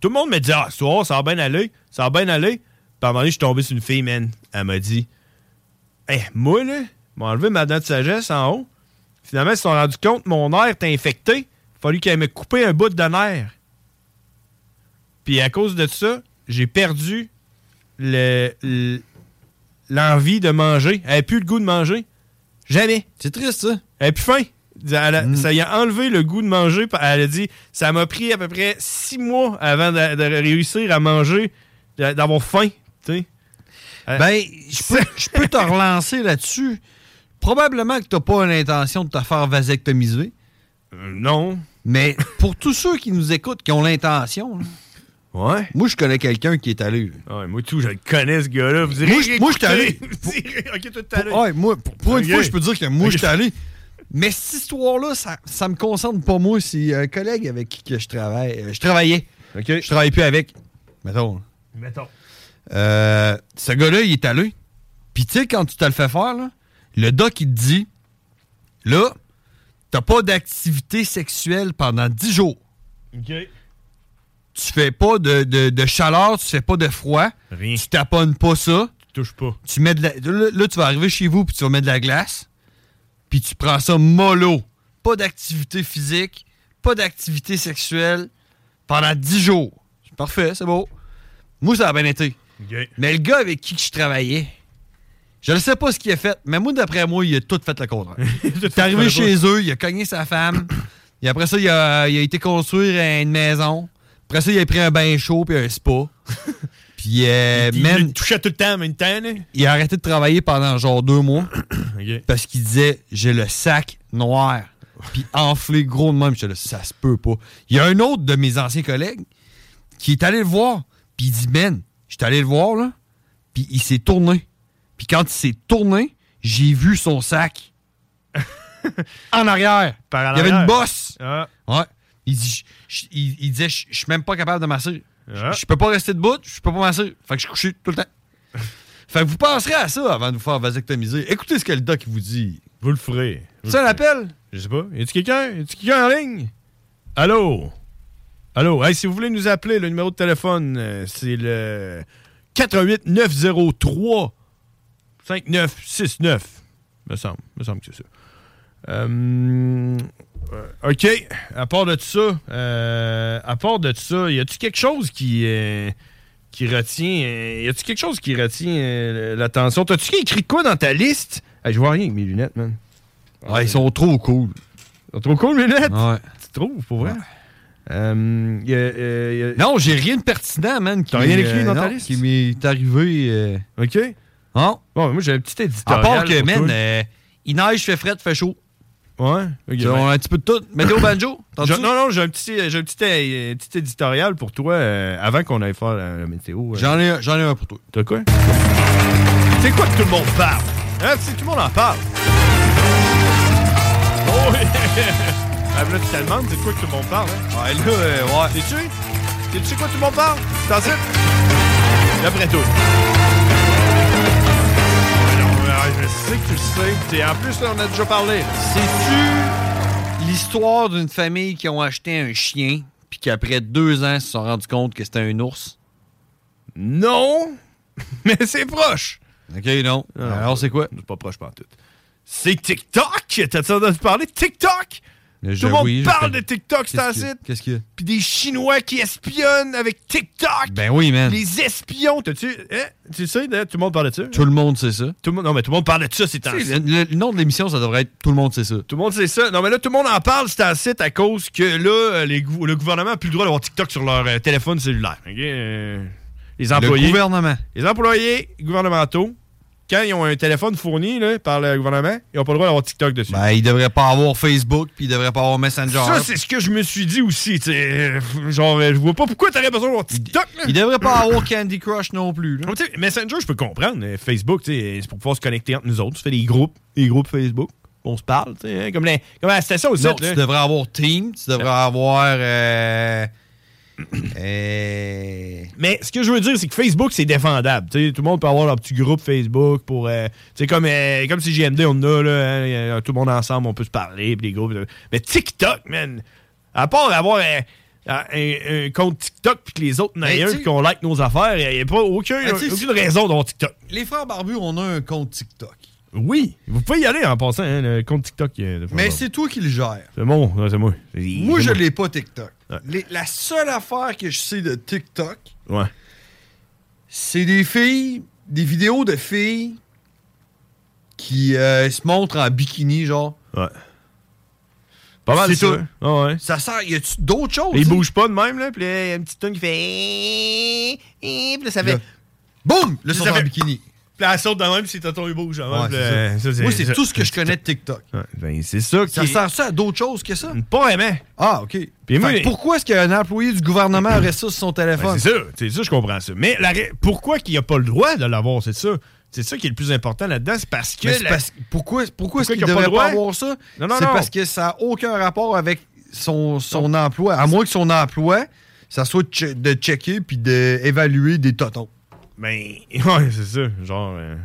[SPEAKER 6] Tout le monde me dit Ah, ce soir, ça va bien aller, ça va bien aller. Puis à un moment donné, je suis tombé sur une fille, man. Elle m'a dit Hey, moi, là, m'a enlevé ma dent de sagesse en haut. Finalement, ils se sont rendus compte, mon nerf était infecté. Il fallu qu'elle me couper un bout de nerf. Puis à cause de ça, j'ai perdu le- le- l'envie de manger. Elle n'avait plus le goût de manger. Jamais.
[SPEAKER 7] C'est triste, ça. Mm.
[SPEAKER 6] Elle n'avait plus faim. Elle a- Ça lui a enlevé le goût de manger. Elle a dit ça m'a pris à peu près six mois avant de, de réussir à manger, d'a- d'avoir faim. tu sais. Euh,
[SPEAKER 7] Ben, je peux, je peux te relancer là-dessus. Probablement que t'as pas l'intention de te faire vasectomiser.
[SPEAKER 6] Euh, non.
[SPEAKER 7] Mais pour tous ceux qui nous écoutent, qui ont l'intention, là,
[SPEAKER 6] Ouais.
[SPEAKER 7] moi, je connais quelqu'un qui est allé.
[SPEAKER 6] là. Ouais, moi, tout, je le connais, ce gars-là. Vous direz,
[SPEAKER 7] Moi, je- moi, je suis allé.
[SPEAKER 6] Vous direz, ok, tout à
[SPEAKER 7] Pour,
[SPEAKER 6] l'heure.
[SPEAKER 7] ouais, moi, pour, pour une
[SPEAKER 6] Ben Ok.
[SPEAKER 7] fois, je peux dire que moi,
[SPEAKER 6] Ok.
[SPEAKER 7] je suis allé. Mais cette histoire-là, ça, ça me concerne pas moi. C'est un collègue avec qui que je travaille. euh, je travaillais. Je travaille plus avec. Mettons. là.
[SPEAKER 6] Mettons.
[SPEAKER 7] Euh, ce gars-là, il est allé. Puis tu sais, quand tu te le fais faire, là, le doc, il te dit Là, t'as pas d'activité sexuelle pendant 10 jours.
[SPEAKER 6] Ok.
[SPEAKER 7] Tu fais pas de, de- de chaleur, tu fais pas de froid. Tu taponnes pas ça.
[SPEAKER 6] Touche pas.
[SPEAKER 7] Tu mets de la- là, là, tu vas arriver chez vous, puis tu vas mettre de la glace. Puis tu prends ça mollo. Pas d'activité physique, pas d'activité sexuelle pendant 10 jours. C'est Parfait, c'est beau. Moi, ça a bien été.
[SPEAKER 6] Ok.
[SPEAKER 7] Mais le gars avec qui que je travaillais, je ne sais pas ce qu'il a fait, mais moi, d'après moi, il a tout fait le contraire. il est arrivé
[SPEAKER 6] le
[SPEAKER 7] chez
[SPEAKER 6] contraire.
[SPEAKER 7] eux, il a cogné sa femme, et après ça, il a, il a été construire une maison. Après ça, il a pris un bain chaud puis un spa. puis, euh,
[SPEAKER 6] Il
[SPEAKER 7] man,
[SPEAKER 6] le touchait tout le temps en même temps. là.
[SPEAKER 7] il a arrêté de travailler pendant genre deux mois
[SPEAKER 6] Ok.
[SPEAKER 7] parce qu'il disait j'ai le sac noir puis enflé gros de même J'étais là, ça se peut pas il y a un autre de mes anciens collègues qui est allé le voir puis il dit man je suis allé le voir là puis il s'est tourné puis quand il s'est tourné j'ai vu son sac en arrière
[SPEAKER 6] Par en
[SPEAKER 7] il y avait
[SPEAKER 6] arrière.
[SPEAKER 7] une bosse
[SPEAKER 6] Ah.
[SPEAKER 7] ouais il dit je- je- il, il disait je je suis même pas capable de masser
[SPEAKER 6] Ah.
[SPEAKER 7] je je peux pas rester debout je peux pas masser fait que je suis couché tout le temps fait que vous penserez à ça avant de vous faire vasectomiser. Écoutez ce que le doc vous dit.
[SPEAKER 6] Vous le ferez. Vous
[SPEAKER 7] Ça
[SPEAKER 6] le ferez.
[SPEAKER 7] l'appelle?
[SPEAKER 6] Je sais pas. Y a-tu quelqu'un? Y a-tu quelqu'un en ligne? Allô? Allô? Hey, si vous voulez nous appeler, le numéro de téléphone, euh, c'est le 88 903 5969. Me semble. Me semble que c'est ça. Euh, euh, OK. À part de ça, euh, à part de ça, y a-tu quelque chose qui, euh, qui retient. euh, y a-tu quelque chose qui retient euh, l'attention? T'as-tu écrit de quoi dans ta liste? Hey, je vois rien avec mes lunettes, man.
[SPEAKER 7] Ouais, ils sont trop cool.
[SPEAKER 6] Ils sont trop cool, les lunettes?
[SPEAKER 7] Ouais.
[SPEAKER 6] Tu trouves, pour vrai? Euh, y a- euh, y a-
[SPEAKER 7] Non, j'ai rien de pertinent, man. qui-
[SPEAKER 6] T'as rien écrit
[SPEAKER 7] euh,
[SPEAKER 6] dans ta
[SPEAKER 7] non,
[SPEAKER 6] liste?
[SPEAKER 7] Qui m'est arrivé. euh,
[SPEAKER 6] OK.
[SPEAKER 7] Non.
[SPEAKER 6] Bon, moi, j'ai un petit
[SPEAKER 7] À
[SPEAKER 6] éditorial.
[SPEAKER 7] part que,
[SPEAKER 6] pour
[SPEAKER 7] man,
[SPEAKER 6] toi.
[SPEAKER 7] euh, il neige, fait fret, fait chaud.
[SPEAKER 6] Ouais. ok,
[SPEAKER 7] Ça,
[SPEAKER 6] ben,
[SPEAKER 7] On a un petit peu de tout. Mettez au banjo.
[SPEAKER 6] je-
[SPEAKER 7] t'entends-tu?
[SPEAKER 6] non, non, j'ai un, petit, j'ai un petit, euh, petit éditorial pour toi euh, avant qu'on aille faire la, la météo. euh.
[SPEAKER 7] J'en ai, un- j'en ai un pour toi.
[SPEAKER 6] T'as quoi? C'est quoi que tout le monde parle? Hein? Si tout le monde en parle. Oh, yeah. Ben là, tu te demandes, c'est quoi que tout le monde parle? Hein?
[SPEAKER 7] Ouais, là, euh, ouais.
[SPEAKER 6] T'es-tu? T'es-tu quoi tout le monde parle? T'en sais? D'après toi. tu sais. C'est- En plus, là, on a déjà parlé.
[SPEAKER 7] C'est-tu l'histoire d'une famille qui ont acheté un chien, puis qu'après deux ans, ils se sont rendus compte que c'était un ours?
[SPEAKER 6] Non, mais c'est proche. Ah,
[SPEAKER 7] OK, non. Alors, c'est quoi?
[SPEAKER 6] C'est pas proche, pas tout. C'est TikTok! T'as-tu entendu parler de TikTok?
[SPEAKER 7] Je-
[SPEAKER 6] Tout le monde
[SPEAKER 7] oui, je-
[SPEAKER 6] parle de TikTok, c'est
[SPEAKER 7] Qu'est-ce
[SPEAKER 6] un
[SPEAKER 7] qu'il y a?
[SPEAKER 6] site.
[SPEAKER 7] Qu'est-ce qu'il y a?
[SPEAKER 6] Puis des Chinois qui espionnent avec TikTok.
[SPEAKER 7] Ben oui, man.
[SPEAKER 6] Les espions, t'as-tu. hein? Tu sais, hein, tout le monde parle de ça.
[SPEAKER 7] Tout le monde sait ça.
[SPEAKER 6] Tout le monde, non, mais tout le monde parle de ça, c'est temps-ci.
[SPEAKER 7] Le, le- le nom de l'émission, ça devrait être Tout le monde sait ça.
[SPEAKER 6] Tout le monde sait ça. Non, mais là, tout le monde en parle, c'est un site à cause que là, euh, les gou- le gouvernement n'a plus le droit d'avoir TikTok sur leur euh, téléphone cellulaire. OK, euh, les employés.
[SPEAKER 7] Le gouvernement.
[SPEAKER 6] Les employés gouvernementaux, quand ils ont un téléphone fourni là, par le gouvernement, ils n'ont pas le droit d'avoir TikTok dessus.
[SPEAKER 7] Ben, il devrait pas avoir Facebook, puis il devrait pas avoir Messenger.
[SPEAKER 6] Ça, c'est ce que je me suis dit aussi. tu sais, euh, Genre, euh, je vois pas pourquoi t'aurais besoin d'avoir TikTok.
[SPEAKER 7] il devrait pas avoir Candy Crush non plus.
[SPEAKER 6] Tu sais, Messenger, je peux comprendre. mais Facebook, tu sais, c'est pour pouvoir se connecter entre nous autres. Tu fais des groupes, des groupes Facebook. On se parle, tu sais, hein, comme, les, comme à la station aussi.
[SPEAKER 7] Non, tu devrais avoir Team, tu devrais avoir. euh, euh,
[SPEAKER 6] Mais ce que je veux dire, c'est que Facebook, c'est défendable. Tu sais, tout le monde peut avoir leur petit groupe Facebook pour. euh, tu sais, comme, euh, comme si GMD, on a, là, hein, euh, tout le monde ensemble, on peut se parler, puis les groupes. euh. Mais TikTok, man, à part avoir euh, un, un compte TikTok, puis que les autres n'aient
[SPEAKER 7] Mais
[SPEAKER 6] un,
[SPEAKER 7] tu-
[SPEAKER 6] puis qu'on like nos affaires, il n'y a pas aucun-
[SPEAKER 7] Mais tu-
[SPEAKER 6] aucune raison d'avoir TikTok.
[SPEAKER 7] Les frères barbus, on a un compte TikTok.
[SPEAKER 6] Oui, vous pouvez y aller en passant, hein, le compte TikTok. euh, de-
[SPEAKER 7] Mais c'est toi qui le gères.
[SPEAKER 6] C'est bon, ouais, c'est moi. C'est-
[SPEAKER 7] Moi,
[SPEAKER 6] c'est
[SPEAKER 7] je
[SPEAKER 6] moi.
[SPEAKER 7] l'ai pas TikTok.
[SPEAKER 6] Ouais.
[SPEAKER 7] Les- la seule affaire que je sais de TikTok,
[SPEAKER 6] Ouais.
[SPEAKER 7] c'est des filles, des vidéos de filles qui euh, se montrent en bikini, genre.
[SPEAKER 6] Ouais. Pas mal,
[SPEAKER 7] C'est
[SPEAKER 6] ça.
[SPEAKER 7] tout.
[SPEAKER 6] Ah ouais.
[SPEAKER 7] Ça sert, y a-tu d'autres choses?
[SPEAKER 6] Il
[SPEAKER 7] hein?
[SPEAKER 6] bouge pas de même, là, puis là, il y a une petite tonne qui fait. Puis là, ça fait.
[SPEAKER 7] Là. Boum! Là, ils
[SPEAKER 6] Ça
[SPEAKER 7] sont en
[SPEAKER 6] fait-
[SPEAKER 7] bikini.
[SPEAKER 6] Puis elle saute de même, si t'as ton bouge.
[SPEAKER 7] Ouais, c'est ça. Moi, c'est tout ce que je connais de TikTok.
[SPEAKER 6] Ben, c'est ça qui.
[SPEAKER 7] Ça sert ça à d'autres choses que ça?
[SPEAKER 6] Pas hein, aimant.
[SPEAKER 7] Ah, OK.
[SPEAKER 6] Mm. Puis moi-
[SPEAKER 7] Fait que pourquoi est-ce qu'un employé du gouvernement aurait ça sur son téléphone?
[SPEAKER 6] Ben, c'est ça, c'est ça, je comprends ça. Mais la ra- pourquoi qu'il n'y a pas le droit de l'avoir, c'est ça? C'est ça qui est le plus important là-dedans, c'est parce que.
[SPEAKER 7] Mais c'est
[SPEAKER 6] la-
[SPEAKER 7] parce- pourquoi, pourquoi est-ce
[SPEAKER 6] Pourquoi
[SPEAKER 7] qu'il
[SPEAKER 6] qu'il y a
[SPEAKER 7] devrait
[SPEAKER 6] pas
[SPEAKER 7] pas,
[SPEAKER 6] le droit?
[SPEAKER 7] avoir ça?
[SPEAKER 6] Non, non,
[SPEAKER 7] c'est
[SPEAKER 6] non.
[SPEAKER 7] parce que ça n'a aucun rapport avec son, son emploi. À moins que son emploi, ça soit de che- de checker puis d'évaluer des totons.
[SPEAKER 6] Ben, ouais, c'est ça, genre. euh,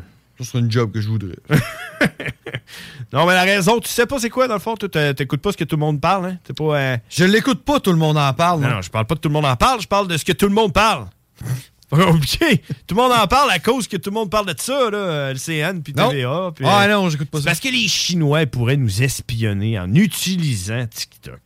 [SPEAKER 7] Ça, c'est une job que je voudrais.
[SPEAKER 6] Non, mais la raison, tu sais pas c'est quoi, dans le fond, tu t'é- t'écoutes pas ce que tout le monde parle, hein? T'es pas. euh,
[SPEAKER 7] je l'écoute pas, tout le monde en parle.
[SPEAKER 6] Non,
[SPEAKER 7] moi.
[SPEAKER 6] non, je parle pas de tout le monde en parle, je parle de ce que tout le monde parle. Pas compliqué. tout le monde en parle à cause que tout le monde parle de ça, là. euh, LCN, puis
[SPEAKER 7] Non.
[SPEAKER 6] TVA, puis.
[SPEAKER 7] ah
[SPEAKER 6] euh,
[SPEAKER 7] non, j'écoute pas
[SPEAKER 6] C'est
[SPEAKER 7] ça.
[SPEAKER 6] parce que les Chinois pourraient nous espionner en utilisant TikTok.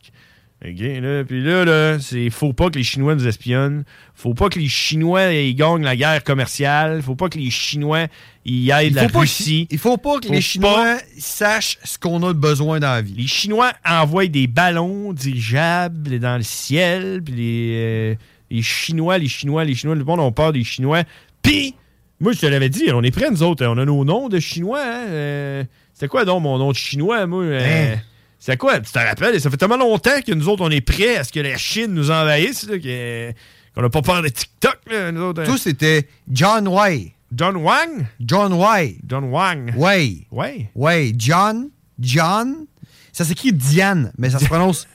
[SPEAKER 6] OK, là, puis là, là, c'est faut pas que les Chinois nous espionnent. Faut pas que les Chinois ils gagnent la guerre commerciale. Faut pas que les Chinois ils aident la
[SPEAKER 7] pas
[SPEAKER 6] Russie.
[SPEAKER 7] que, il faut pas que
[SPEAKER 6] Faut
[SPEAKER 7] les
[SPEAKER 6] pas-
[SPEAKER 7] Chinois sachent ce qu'on a de besoin dans la vie.
[SPEAKER 6] Les Chinois envoient des ballons dirigeables dans le ciel. Puis les, euh, les Chinois, les Chinois, les Chinois, le monde a peur des Chinois. Puis, moi, je te l'avais dit, on est prêts, nous autres. hein, On a nos noms de Chinois. hein, euh, C'était quoi, donc, mon nom de Chinois, moi? euh,
[SPEAKER 7] Hein?
[SPEAKER 6] C'était quoi? Tu te rappelles? Ça fait tellement longtemps que nous autres, on est prêts à ce que la Chine nous envahisse, là, que- qu'on n'a pas peur de TikTok, là, nous autres. hein.
[SPEAKER 7] Tout, c'était John Way.
[SPEAKER 6] Don Wang?
[SPEAKER 7] John Way.
[SPEAKER 6] Don Wang.
[SPEAKER 7] Way.
[SPEAKER 6] Ouais.
[SPEAKER 7] Ouais, John. John. Ça s'écrit Diane, mais ça se prononce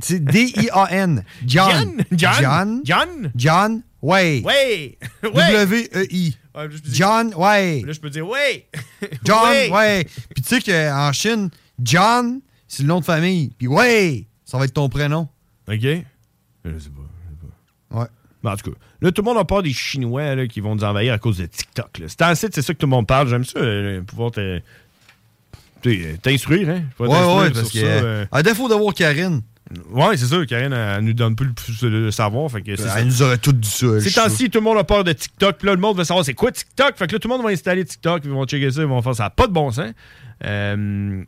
[SPEAKER 7] c'est D-I-A-N. John.
[SPEAKER 6] John.
[SPEAKER 7] John.
[SPEAKER 6] John.
[SPEAKER 7] John. Way.
[SPEAKER 6] Ouais. Ouais.
[SPEAKER 7] W-E-I.
[SPEAKER 6] Ah, je me dis-
[SPEAKER 7] John Way.
[SPEAKER 6] Là, je peux dire, ouais.
[SPEAKER 7] John
[SPEAKER 6] ouais.
[SPEAKER 7] Way. Puis tu sais qu'en Chine, John, c'est le nom de famille. Puis Way, ça va être ton prénom.
[SPEAKER 6] OK? Je sais pas. je sais
[SPEAKER 7] Ouais.
[SPEAKER 6] pas. Mais en tout cas, là, tout le monde a peur des Chinois là, qui vont nous envahir à cause de TikTok. là. C'est un site, c'est ça que tout le monde parle. J'aime ça, euh, pouvoir te- t'es- euh, t'instruire. Hein? Faut
[SPEAKER 7] Ouais,
[SPEAKER 6] t'instruire
[SPEAKER 7] ouais,
[SPEAKER 6] sur
[SPEAKER 7] parce que.
[SPEAKER 6] ça, euh.
[SPEAKER 7] À défaut d'avoir Karine,
[SPEAKER 6] Ouais, c'est sûr, Karine, elle, elle nous donne plus le, plus le savoir. Fait que c'est ça.
[SPEAKER 7] elle nous aurait tout dit ça. elle, je
[SPEAKER 6] Ces
[SPEAKER 7] suis sûr.
[SPEAKER 6] temps-ci, tout le monde a peur de TikTok. Puis là, le monde veut savoir c'est quoi TikTok. Fait que là, tout le monde va installer TikTok. Ils vont checker ça. Ils vont faire ça. n'a Pas de bon sens. Euh,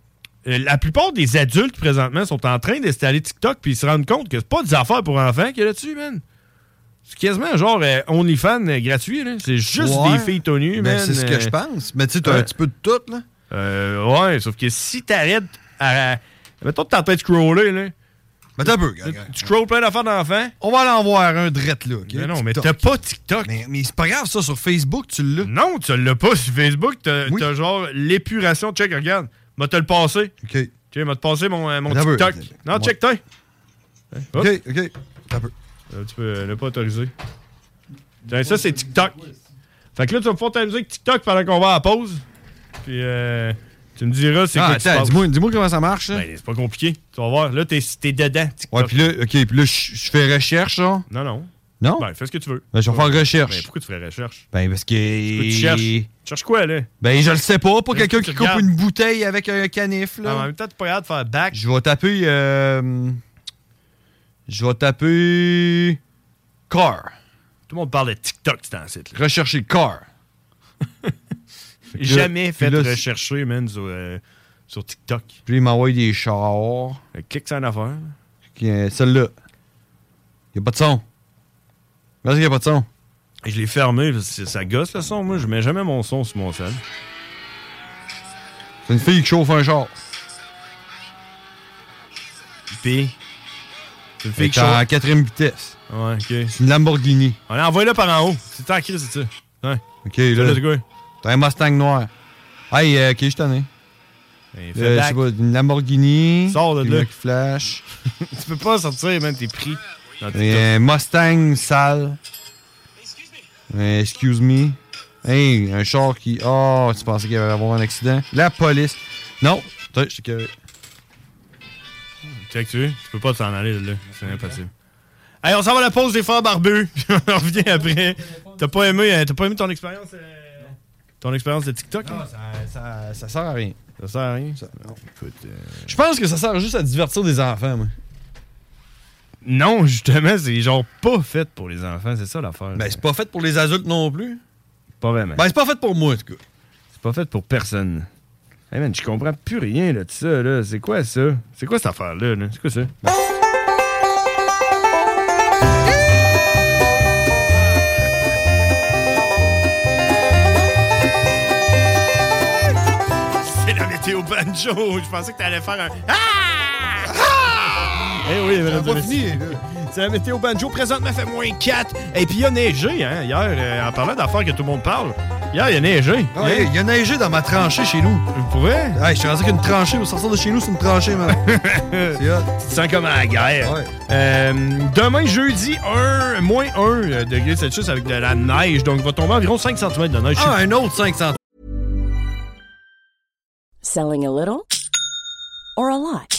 [SPEAKER 6] euh, la plupart des adultes présentement sont en train d'installer TikTok. Puis ils se rendent compte que c'est pas des affaires pour enfants qu'il y a là-dessus, man. C'est quasiment genre euh, OnlyFans euh, gratuit. là. C'est juste
[SPEAKER 7] Ouais.
[SPEAKER 6] des filles tenues,
[SPEAKER 7] Ben,
[SPEAKER 6] man.
[SPEAKER 7] c'est ce que
[SPEAKER 6] Euh,
[SPEAKER 7] je pense. Mais tu sais, t'as un
[SPEAKER 6] ouais.
[SPEAKER 7] petit peu de tout, là.
[SPEAKER 6] euh, ouais, sauf que si t'arrêtes à. Mettons que t'es en train de scroller, là.
[SPEAKER 7] Mais t'as un peu, gars, gars.
[SPEAKER 6] Tu scrolles plein d'affaires d'enfants.
[SPEAKER 7] On va aller en voir un drette, là. ok?
[SPEAKER 6] Mais non, mais
[SPEAKER 7] Oh, TikTok.
[SPEAKER 6] t'as pas TikTok. Mm.
[SPEAKER 7] Mais, mais c'est pas grave, ça, sur Facebook, tu l'as.
[SPEAKER 6] Non, tu l'as pas sur Facebook. T'as
[SPEAKER 7] Oui.
[SPEAKER 6] t'as genre l'épuration. Check, regarde. M'a te le passé.
[SPEAKER 7] OK.
[SPEAKER 6] Tiens, m'a te passé mon, euh, mon
[SPEAKER 7] Attends un peu,
[SPEAKER 6] TikTok.
[SPEAKER 7] attends.
[SPEAKER 6] Non,
[SPEAKER 7] Ouais.
[SPEAKER 6] check, tiens. Hop.
[SPEAKER 7] OK, OK. T'as un peu.
[SPEAKER 6] Euh, Tu peux euh, le pas autorisé. Tiens, ça, c'est TikTok. Fait que là, tu vas pouvoir t'amuser avec TikTok pendant qu'on va à la pause. Puis, euh, Tu me diras, c'est
[SPEAKER 7] Ah,
[SPEAKER 6] quoi qui se
[SPEAKER 7] attends,
[SPEAKER 6] passe.
[SPEAKER 7] dis-moi- dis-moi comment ça marche. là.
[SPEAKER 6] Ben, c'est pas compliqué. Tu vas voir. Là, t'es t'es dedans.
[SPEAKER 7] Ouais, puis là, OK, puis là, je je fais recherche, là.
[SPEAKER 6] Non, non.
[SPEAKER 7] Non?
[SPEAKER 6] Ben, fais ce que tu veux.
[SPEAKER 7] Ben, je vais faire recherche.
[SPEAKER 6] Ben, pourquoi tu ferais recherche?
[SPEAKER 7] Ben, parce que...
[SPEAKER 6] Tu cherches. Tu cherches quoi, là?
[SPEAKER 7] Ben, je le sais pas, pas
[SPEAKER 6] Là,
[SPEAKER 7] quelqu'un qui
[SPEAKER 6] tu
[SPEAKER 7] coupe
[SPEAKER 6] regardes.
[SPEAKER 7] une bouteille avec un canif, là.
[SPEAKER 6] Ah, mais en même temps, t'es pas capable de faire back.
[SPEAKER 7] Je vais taper... euh, Je vais taper... Car.
[SPEAKER 6] Tout le monde parle de TikTok, c'est un site.
[SPEAKER 7] Rechercher car. que
[SPEAKER 6] Jamais
[SPEAKER 7] là,
[SPEAKER 6] fait
[SPEAKER 7] puis là,
[SPEAKER 6] rechercher, man, sur, euh, sur TikTok.
[SPEAKER 7] Puis il m'envoie des chars.
[SPEAKER 6] Clique sur une affaire.
[SPEAKER 7] Puis, euh, Celle-là. Il a pas de son. Parce qu'il n'y a pas de son.
[SPEAKER 6] Et je l'ai fermé, parce que ça gosse le son. Moi, je mets jamais mon son sur mon sel.
[SPEAKER 7] C'est une fille qui chauffe un char.
[SPEAKER 6] Puis. C'est une fille qui
[SPEAKER 7] Elle est en
[SPEAKER 6] chauffe.
[SPEAKER 7] quatrième vitesse.
[SPEAKER 6] Ouais, ok. C'est
[SPEAKER 7] une Lamborghini.
[SPEAKER 6] On l'envoie-le par en haut. C'est en crise, c'est ça. Ouais.
[SPEAKER 7] Ok,
[SPEAKER 6] Ça,
[SPEAKER 7] là.
[SPEAKER 6] let's go.
[SPEAKER 7] T'as un Mustang noir. Hey, euh, ok, je t'en ai.
[SPEAKER 6] Et fais
[SPEAKER 7] Euh, je
[SPEAKER 6] back.
[SPEAKER 7] sais pas, une Lamborghini.
[SPEAKER 6] Sors de
[SPEAKER 7] une
[SPEAKER 6] là.
[SPEAKER 7] Lucky Flash.
[SPEAKER 6] tu peux pas sortir, man, t'es pris. dans
[SPEAKER 7] Et
[SPEAKER 6] TikTok.
[SPEAKER 7] un Mustang sale. Euh, Excuse me. Hey, un char qui. Oh, tu pensais qu'il allait avoir un accident? La police. Non. Attends, je t'ai carré.
[SPEAKER 6] Check, tu veux? Tu peux pas t'en aller, de là. C'est impossible. Hey, on s'en va à la pause des frères barbus. Puis on en revient après. T'as pas aimé, euh, t'as pas aimé ton expérience, euh, ton expérience de TikTok? hein?
[SPEAKER 7] ça, ça sert à rien.
[SPEAKER 6] Ça sert à rien? euh,
[SPEAKER 7] Je pense que ça sert juste à divertir des enfants, moi.
[SPEAKER 6] Non, justement, c'est genre pas fait pour les enfants, c'est ça l'affaire. Ben,
[SPEAKER 7] c'est pas fait pour les adultes non plus.
[SPEAKER 6] Pas vraiment.
[SPEAKER 7] Ben, c'est pas fait pour moi, en tout cas.
[SPEAKER 6] C'est pas fait pour personne. Hey man, je comprends plus rien là, de ça, là. C'est quoi ça? C'est quoi cette affaire-là, là? C'est quoi ça? C'est la météo banjo! Je pensais que t'allais faire un.
[SPEAKER 7] Ah!
[SPEAKER 6] Eh oui, mesdames et messieurs. C'est la météo banjo. Présentement, fait moins 4. Et puis, il a neigé, hein, hier. euh, en parlant d'affaires que tout le monde parle, hier, il a neigé.
[SPEAKER 7] Ah oui, il a neigé dans ma tranchée chez nous.
[SPEAKER 6] Vous pourrez?
[SPEAKER 7] Hey, je suis rendu qu'une tranchée. Au sortir de chez nous, c'est une tranchée, man.
[SPEAKER 6] Tu te sens comme à la guerre. Euh, demain, jeudi, 1, moins 1 degré Celsius avec de la neige. Donc, il va tomber environ 5 cm de neige.
[SPEAKER 7] Ah, un autre 5 cm.
[SPEAKER 11] Selling a little or a lot?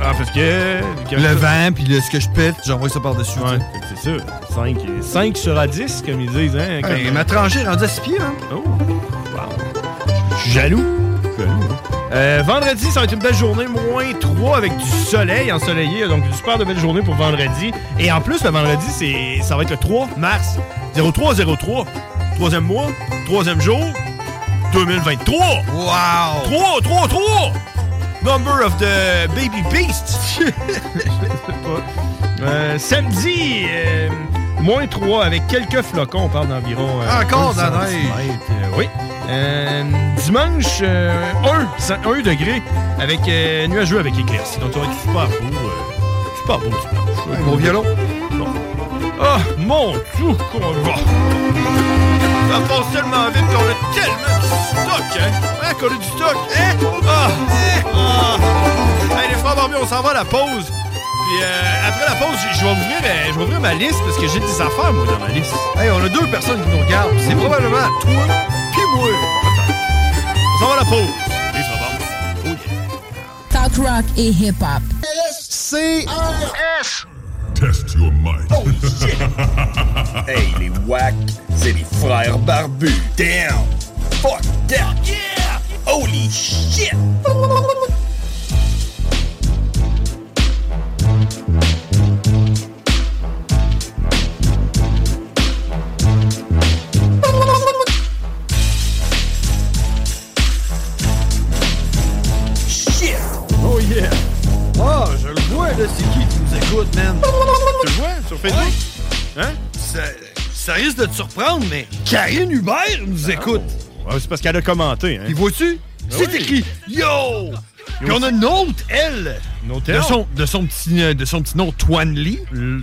[SPEAKER 6] Ah, parce que. que-
[SPEAKER 7] Le vent, puis le- ce que je pète, j'envoie ça par-dessus. tu
[SPEAKER 6] Ouais,
[SPEAKER 7] sais.
[SPEAKER 6] fait que c'est sûr. 5, 5 sur à 10, comme ils disent. Hein, comme-
[SPEAKER 7] Hey, ma tranchée est rendue à 6 pieds, hein.
[SPEAKER 6] Oh, wow. Je suis jaloux. Euh, vendredi, ça va être une belle journée, moins 3 avec du soleil ensoleillé. Donc, une super de belle journée pour vendredi. Et en plus, le vendredi, c'est, ça va être le 3 mars. 0303. Troisième mois, troisième jour, 2023.
[SPEAKER 7] Wow!
[SPEAKER 6] 3, 3, 3! Number of the Baby Beast. Je sais pas. Euh, samedi, euh, moins 3 avec quelques flocons. On parle d'environ. euh,
[SPEAKER 7] Encore
[SPEAKER 6] 11
[SPEAKER 7] de la neige.
[SPEAKER 6] centimètres, euh, oui. Euh, dimanche, euh, 1, 1 degré avec euh, nuageux avec éclaircie. Donc, ça va être super beau. euh, super beau dimanche.
[SPEAKER 7] Mon violon.
[SPEAKER 6] Bon. Ah, mon tout qu'on va. Ça passe tellement vite qu'on a tellement du stock, hein? Hein, qu'on a du stock, hein? Ah, hein? Ah. Hey, les frères barbus, on s'en va à la pause. Puis euh, après la pause, je je vais ouvrir, euh, je vais ouvrir ma liste parce que j'ai des affaires, moi, dans ma liste.
[SPEAKER 7] Hey, on a deux personnes qui nous regardent. C'est probablement toi, puis moi.
[SPEAKER 6] Oh! Et ça va. Oh yeah.
[SPEAKER 12] Talk rock et hip-hop.
[SPEAKER 13] S-C-R-S.
[SPEAKER 5] Test your mic.
[SPEAKER 13] hey, les wack, c'est les frères barbus. Damn. Fuck that. Yeah. Holy shit.
[SPEAKER 6] Shit! Oh yeah! Ah, je le vois, là, c'est qui qui nous écoute, man? Tu le vois, sur Facebook? Hein? Ça, ça risque de te surprendre, mais Karine Hubert nous écoute!
[SPEAKER 7] Ah.
[SPEAKER 6] Ouais, c'est parce qu'elle a commenté, hein?
[SPEAKER 7] Puis vois-tu? C'est écrit Yo! Puis on a une autre, elle!
[SPEAKER 6] Une autre
[SPEAKER 7] de
[SPEAKER 6] elle?
[SPEAKER 7] son, de, son petit, euh, de son petit nom, Twan Lee.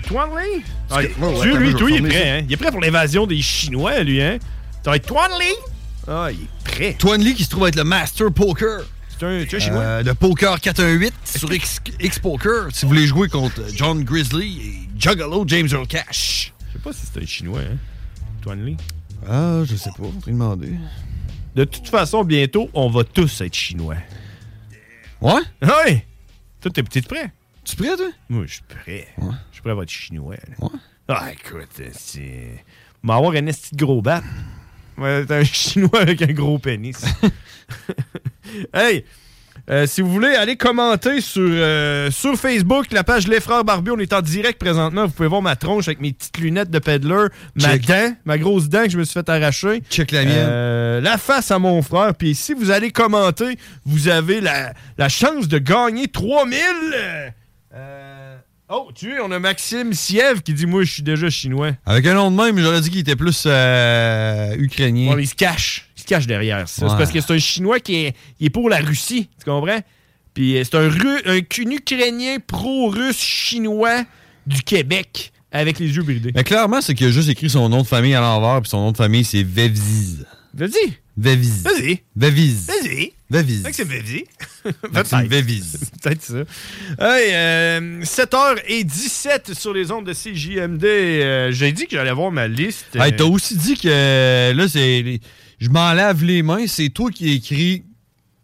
[SPEAKER 6] Twan Lee? Ah,
[SPEAKER 7] Ouais, ouais,
[SPEAKER 6] Dieu,
[SPEAKER 7] attends, je vais
[SPEAKER 6] lui, tout, il est
[SPEAKER 7] retourner
[SPEAKER 6] prêt,
[SPEAKER 7] ça.
[SPEAKER 6] hein? Il est prêt pour l'invasion des Chinois, lui, hein? Ça va être Twan Lee? Ah, il est prêt.
[SPEAKER 7] Twan Lee qui se trouve être le Master Poker.
[SPEAKER 6] C'est un, tu es chinois?
[SPEAKER 7] Euh, le Poker 418 sur X, X Poker si vous voulez jouer contre John Grizzly et Juggalo James Earl Cash.
[SPEAKER 6] Je sais pas si c'est un chinois, hein? Twan Lee?
[SPEAKER 7] Ah, je sais pas, on va demander.
[SPEAKER 6] De toute façon, bientôt, on va tous être chinois. Ouais? Oui! Toi, t'es t'es prêt? Tu prêt, toi? Moi, je suis prêt. Je suis prêt à être chinois. là. Ah, écoute, c'est. M'avoir un esti de gros bat. Ouais, t'es un chinois avec un gros pénis. hey! euh, si vous voulez, allez commenter sur, euh, sur Facebook, la page Les Frères Barbus. On est en direct présentement. Vous pouvez voir ma tronche avec mes petites lunettes de peddler, ma dent, ma grosse dent que je me suis fait arracher. Check la
[SPEAKER 7] mienne.
[SPEAKER 6] Euh, la face à mon frère. Puis si vous allez commenter, vous avez la, la chance de gagner 3000. euh, euh, oh, tu es, on a Maxime Siev qui dit Moi, je suis déjà chinois.
[SPEAKER 7] Avec un nom de même, j'aurais dit qu'il était plus euh, ukrainien.
[SPEAKER 6] Bon, il se cache. Il se cache derrière ça. C'est
[SPEAKER 7] Ouais.
[SPEAKER 6] parce que c'est un Chinois qui est, il est pour la Russie. Tu comprends? Puis euh, c'est un, Ru- un, un Ukrainien pro-russe chinois du Québec avec les yeux bridés.
[SPEAKER 7] Mais clairement, c'est qu'il a juste écrit son nom de famille à l'envers, puis son nom de famille, c'est Veviz.
[SPEAKER 6] Vas-y.
[SPEAKER 7] Veviz.
[SPEAKER 6] Vas-y.
[SPEAKER 7] Veviz.
[SPEAKER 6] Vas-y.
[SPEAKER 7] Veviz.
[SPEAKER 6] Maxime Veviz.
[SPEAKER 7] Maxime
[SPEAKER 6] Peut-être.
[SPEAKER 7] Veviz.
[SPEAKER 6] Peut-être ça. Hey, euh, 7h17 sur les ondes de CJMD. Euh, J'ai dit que j'allais voir ma liste.
[SPEAKER 7] Hey, t'as aussi dit que euh, là, c'est. les- Je m'en lave les mains, c'est toi qui écris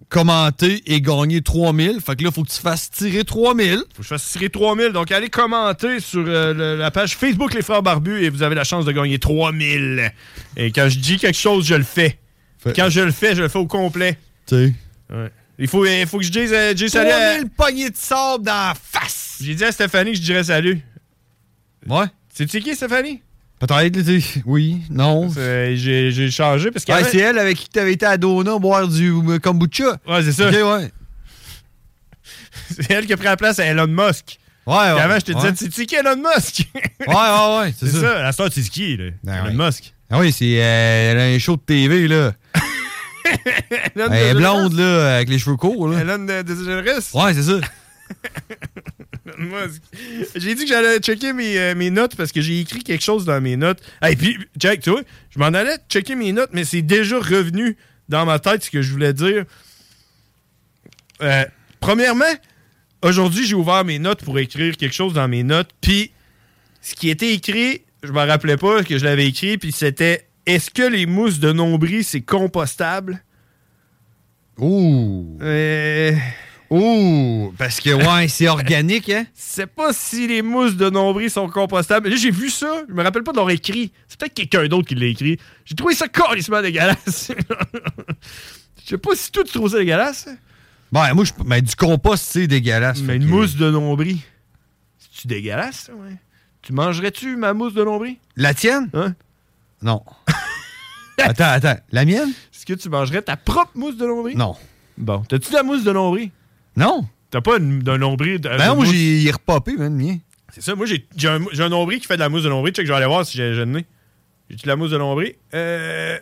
[SPEAKER 7] commenter et gagner 3000. Fait que là, faut que tu fasses tirer 3000.
[SPEAKER 6] Faut que je fasse tirer 3000. Donc, allez commenter sur euh, le- la page Facebook Les Frères Barbus et vous avez la chance de gagner 3000. Et quand je dis quelque chose, je le fais. Quand je le fais, je le fais au complet.
[SPEAKER 7] Tu sais.
[SPEAKER 6] Ouais. Il faut, il faut que je dise, euh, je dise salut. à-
[SPEAKER 7] 3000 poignées de sable dans la face.
[SPEAKER 6] J'ai dit à Stéphanie que je dirais salut.
[SPEAKER 7] Ouais.
[SPEAKER 6] C'est qui, Stéphanie?
[SPEAKER 7] Peut-être, là, tu sais. oui, non.
[SPEAKER 6] Euh, J'ai j'ai changé parce que.
[SPEAKER 7] Ouais, c'est elle avec qui t'avais été à Dona boire du euh, kombucha.
[SPEAKER 6] Ouais, c'est ça.
[SPEAKER 7] Ok, ouais.
[SPEAKER 6] C'est elle qui a pris la place à Elon Musk.
[SPEAKER 7] Ouais, Ah ouais.
[SPEAKER 6] Puis avant, je te disais,
[SPEAKER 7] ouais.
[SPEAKER 6] c'est c'est qui Elon Musk?
[SPEAKER 7] Ouais, ouais, ouais, c'est
[SPEAKER 6] C'est
[SPEAKER 7] ça.
[SPEAKER 6] ça. La star, c'est qui, là? Elon Musk.
[SPEAKER 7] Ah oui, c'est euh, elle a un show de TV, là.
[SPEAKER 6] Elon
[SPEAKER 7] Ben, elle est
[SPEAKER 6] DeGeneres.
[SPEAKER 7] blonde, hein. là, avec les cheveux courts, là.
[SPEAKER 6] Elon euh, de- DeGeneres.
[SPEAKER 7] Ouais, c'est ça.
[SPEAKER 6] Elon Musk. J'ai dit que j'allais checker mes, euh, mes notes parce que j'ai écrit quelque chose dans mes notes. Et puis, check, tu vois, je m'en allais checker mes notes, mais c'est déjà revenu dans ma tête ce que je voulais dire. Euh, premièrement, aujourd'hui, j'ai ouvert mes notes pour écrire quelque chose dans mes notes, puis ce qui était écrit, je m'en rappelais pas que je l'avais écrit, puis c'était « Est-ce que les mousses de nombril, c'est compostable? » Euh,
[SPEAKER 7] Ouh. Ouh. Parce que, ouais, c'est organique, hein?
[SPEAKER 6] C'est pas si les mousses de nombril sont compostables. Là, j'ai vu ça. Je me rappelle pas de leur écrit. C'est peut-être quelqu'un d'autre qui l'a écrit. J'ai trouvé ça carrément dégueulasse. Je sais pas si toi, tu trouves ça dégueulasse.
[SPEAKER 7] Ben, moi, je. Mais du compost, c'est dégueulasse.
[SPEAKER 6] Mais une mousse de nombril. C'est-tu dégueulasse, ça, ouais? Tu mangerais-tu ma mousse de nombril?
[SPEAKER 7] La tienne?
[SPEAKER 6] Hein?
[SPEAKER 7] Non. attends, attends. La mienne?
[SPEAKER 6] Est-ce que tu mangerais ta propre mousse de nombril?
[SPEAKER 7] Non.
[SPEAKER 6] Bon. T'as-tu de la mousse de nombril?
[SPEAKER 7] Non.
[SPEAKER 6] T'as pas une- d'un nombril... de-
[SPEAKER 7] Ben,
[SPEAKER 6] de
[SPEAKER 7] moi,
[SPEAKER 6] mousse-
[SPEAKER 7] j'ai il est repopé, man, le mien.
[SPEAKER 6] C'est ça, moi j'ai j'ai un, j'ai un nombril qui fait de la mousse de nombril. Check, je vais aller voir si j'ai j'ai le nez. J'ai-tu de la mousse de nombril? Euh.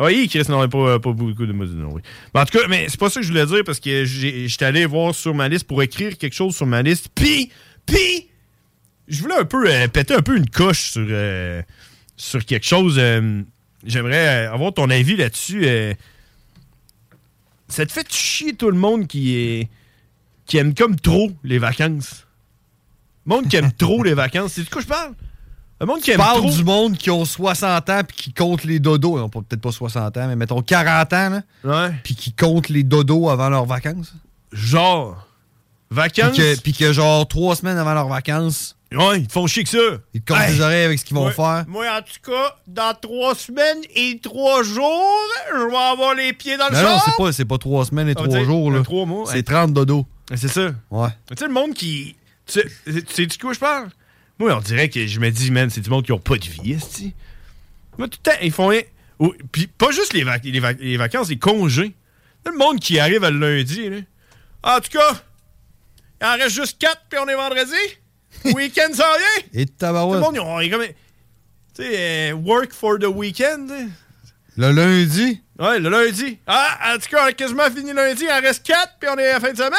[SPEAKER 6] Oui, Chris, non, pas, pas beaucoup de mousse de nombril. Mais en tout cas, mais c'est pas ça que je voulais dire parce que j'ai- j'étais allé voir sur ma liste pour écrire quelque chose sur ma liste. Puis, puis, je voulais un peu euh, péter un peu une coche sur, euh, sur quelque chose. euh, J'aimerais euh, avoir ton avis là-dessus. euh. ça te fait chier tout le monde qui est qui aime comme trop les vacances. Monde qui aime trop les vacances. C'est de quoi je parle? Le monde qui aime
[SPEAKER 7] parle
[SPEAKER 6] trop-
[SPEAKER 7] du monde qui ont 60 ans puis qui compte les dodos. Ils ont pas- peut-être pas 60 ans, mais mettons 40 ans, là. Puis qui compte les dodos avant leurs vacances.
[SPEAKER 6] Genre, vacances?
[SPEAKER 7] Puis que, puis que genre, trois semaines avant leurs vacances.
[SPEAKER 6] Ouais, ils te font chier que ça.
[SPEAKER 7] Ils te comptent les oreilles avec ce qu'ils vont
[SPEAKER 6] Ouais.
[SPEAKER 7] faire.
[SPEAKER 6] Moi, en tout cas, dans trois semaines et trois jours, je vais avoir les pieds dans le
[SPEAKER 7] Ben Non, non,
[SPEAKER 6] char.
[SPEAKER 7] c'est pas, c'est pas trois semaines et
[SPEAKER 6] Ça veut
[SPEAKER 7] trois
[SPEAKER 6] dire
[SPEAKER 7] jours, là.
[SPEAKER 6] trois mois,
[SPEAKER 7] C'est
[SPEAKER 6] hein.
[SPEAKER 7] 30 dodos.
[SPEAKER 6] C'est ça.
[SPEAKER 7] Ouais.
[SPEAKER 6] Mais tu sais, le monde qui. Tu sais- tu sais de quoi je parle? Moi, on dirait que je me dis, man, c'est du monde qui ont pas de vie, esti. Moi, tout le temps, ils font rien. Ou- Puis pas juste les, vac- les, vac- les vacances, les congés. Le monde qui arrive le lundi, là. Ah, En tout cas, il en reste juste quatre, puis on est vendredi. Week-end sans rien.
[SPEAKER 7] Et
[SPEAKER 6] Tout le
[SPEAKER 7] tabarouette.
[SPEAKER 6] monde, ils ont- ils comme- Tu sais, euh, work for the weekend. hein.
[SPEAKER 7] Le lundi,
[SPEAKER 6] Ouais, le lundi. Ah, en tout cas, on a quasiment fini lundi. Il en reste quatre, puis on est à la fin de semaine.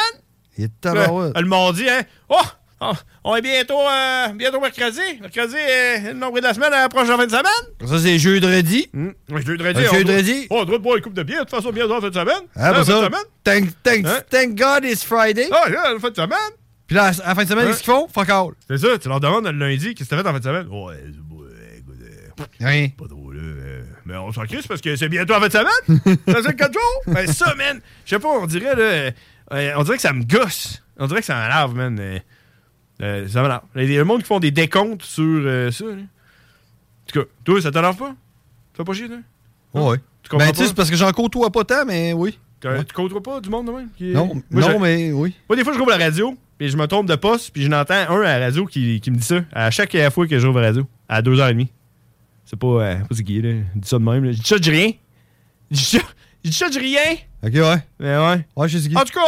[SPEAKER 7] il est tabarouette.
[SPEAKER 6] Le, le mardi, hein? Oh! On- On est bientôt, euh, bientôt mercredi. Mercredi, euh, le nombre de la semaine, à la prochaine fin de semaine.
[SPEAKER 7] Ça, c'est jeudi.
[SPEAKER 6] Oui, jeudi.
[SPEAKER 7] Mm. Un
[SPEAKER 6] on
[SPEAKER 7] jeudi.
[SPEAKER 6] doit- oh, on doit boire une coupe de bière, de toute façon, bientôt en fin de semaine.
[SPEAKER 7] Ah,
[SPEAKER 6] en
[SPEAKER 7] pour
[SPEAKER 6] fin de
[SPEAKER 7] ça.
[SPEAKER 6] semaine.
[SPEAKER 7] Thank, thank,
[SPEAKER 6] Hein?
[SPEAKER 7] thank God it's Friday.
[SPEAKER 6] Ah, yeah, en fin de semaine.
[SPEAKER 7] Puis là, à la fin de semaine,
[SPEAKER 6] Hein?
[SPEAKER 7] qu'est-ce qu'ils font? Fuck all.
[SPEAKER 6] C'est ça, tu leur demandes le lundi, qu'est-ce que t'as fait en fin de semaine? Ouais, ouais, écoute, euh,
[SPEAKER 7] Rien.
[SPEAKER 6] Pas drôle, là. euh, Mais on s'en crisse parce que c'est bientôt en fin de semaine. Ça fait quatre jours. Ben, ça, man. Je sais pas, on dirait, là, euh, euh, on dirait que ça me gosse. On dirait que ça m'énerve, man. euh, euh, ça m'énerve. Il y a des- le monde qui font des décomptes sur euh, ça, là. En tout cas, toi, ça t'énerve pas? Ça fait pas chier, là?
[SPEAKER 7] Ouais.
[SPEAKER 6] Tu Ah. comprends
[SPEAKER 7] ben, tu sais,
[SPEAKER 6] pas?
[SPEAKER 7] c'est parce que j'en côtoie pas tant, mais oui.
[SPEAKER 6] T'as- Tu côtoies pas du monde de même? qui-
[SPEAKER 7] Non,
[SPEAKER 6] Moi,
[SPEAKER 7] non
[SPEAKER 6] je-
[SPEAKER 7] mais oui.
[SPEAKER 6] Moi, des fois, je rouvre la radio, puis je me trompe de poste, puis je n'entends un à la radio qui, qui me dit ça à chaque fois que j'ouvre la radio, à 2h30. C'est pas, euh, pas c'est qui, là. Je dis ça de même. là. Je dis ça, je dis rien. Je dis ça, je dis ça, je dis rien.
[SPEAKER 7] Ok, ouais.
[SPEAKER 6] Mais ouais.
[SPEAKER 7] Ouais, je sais qui.
[SPEAKER 6] En tout cas,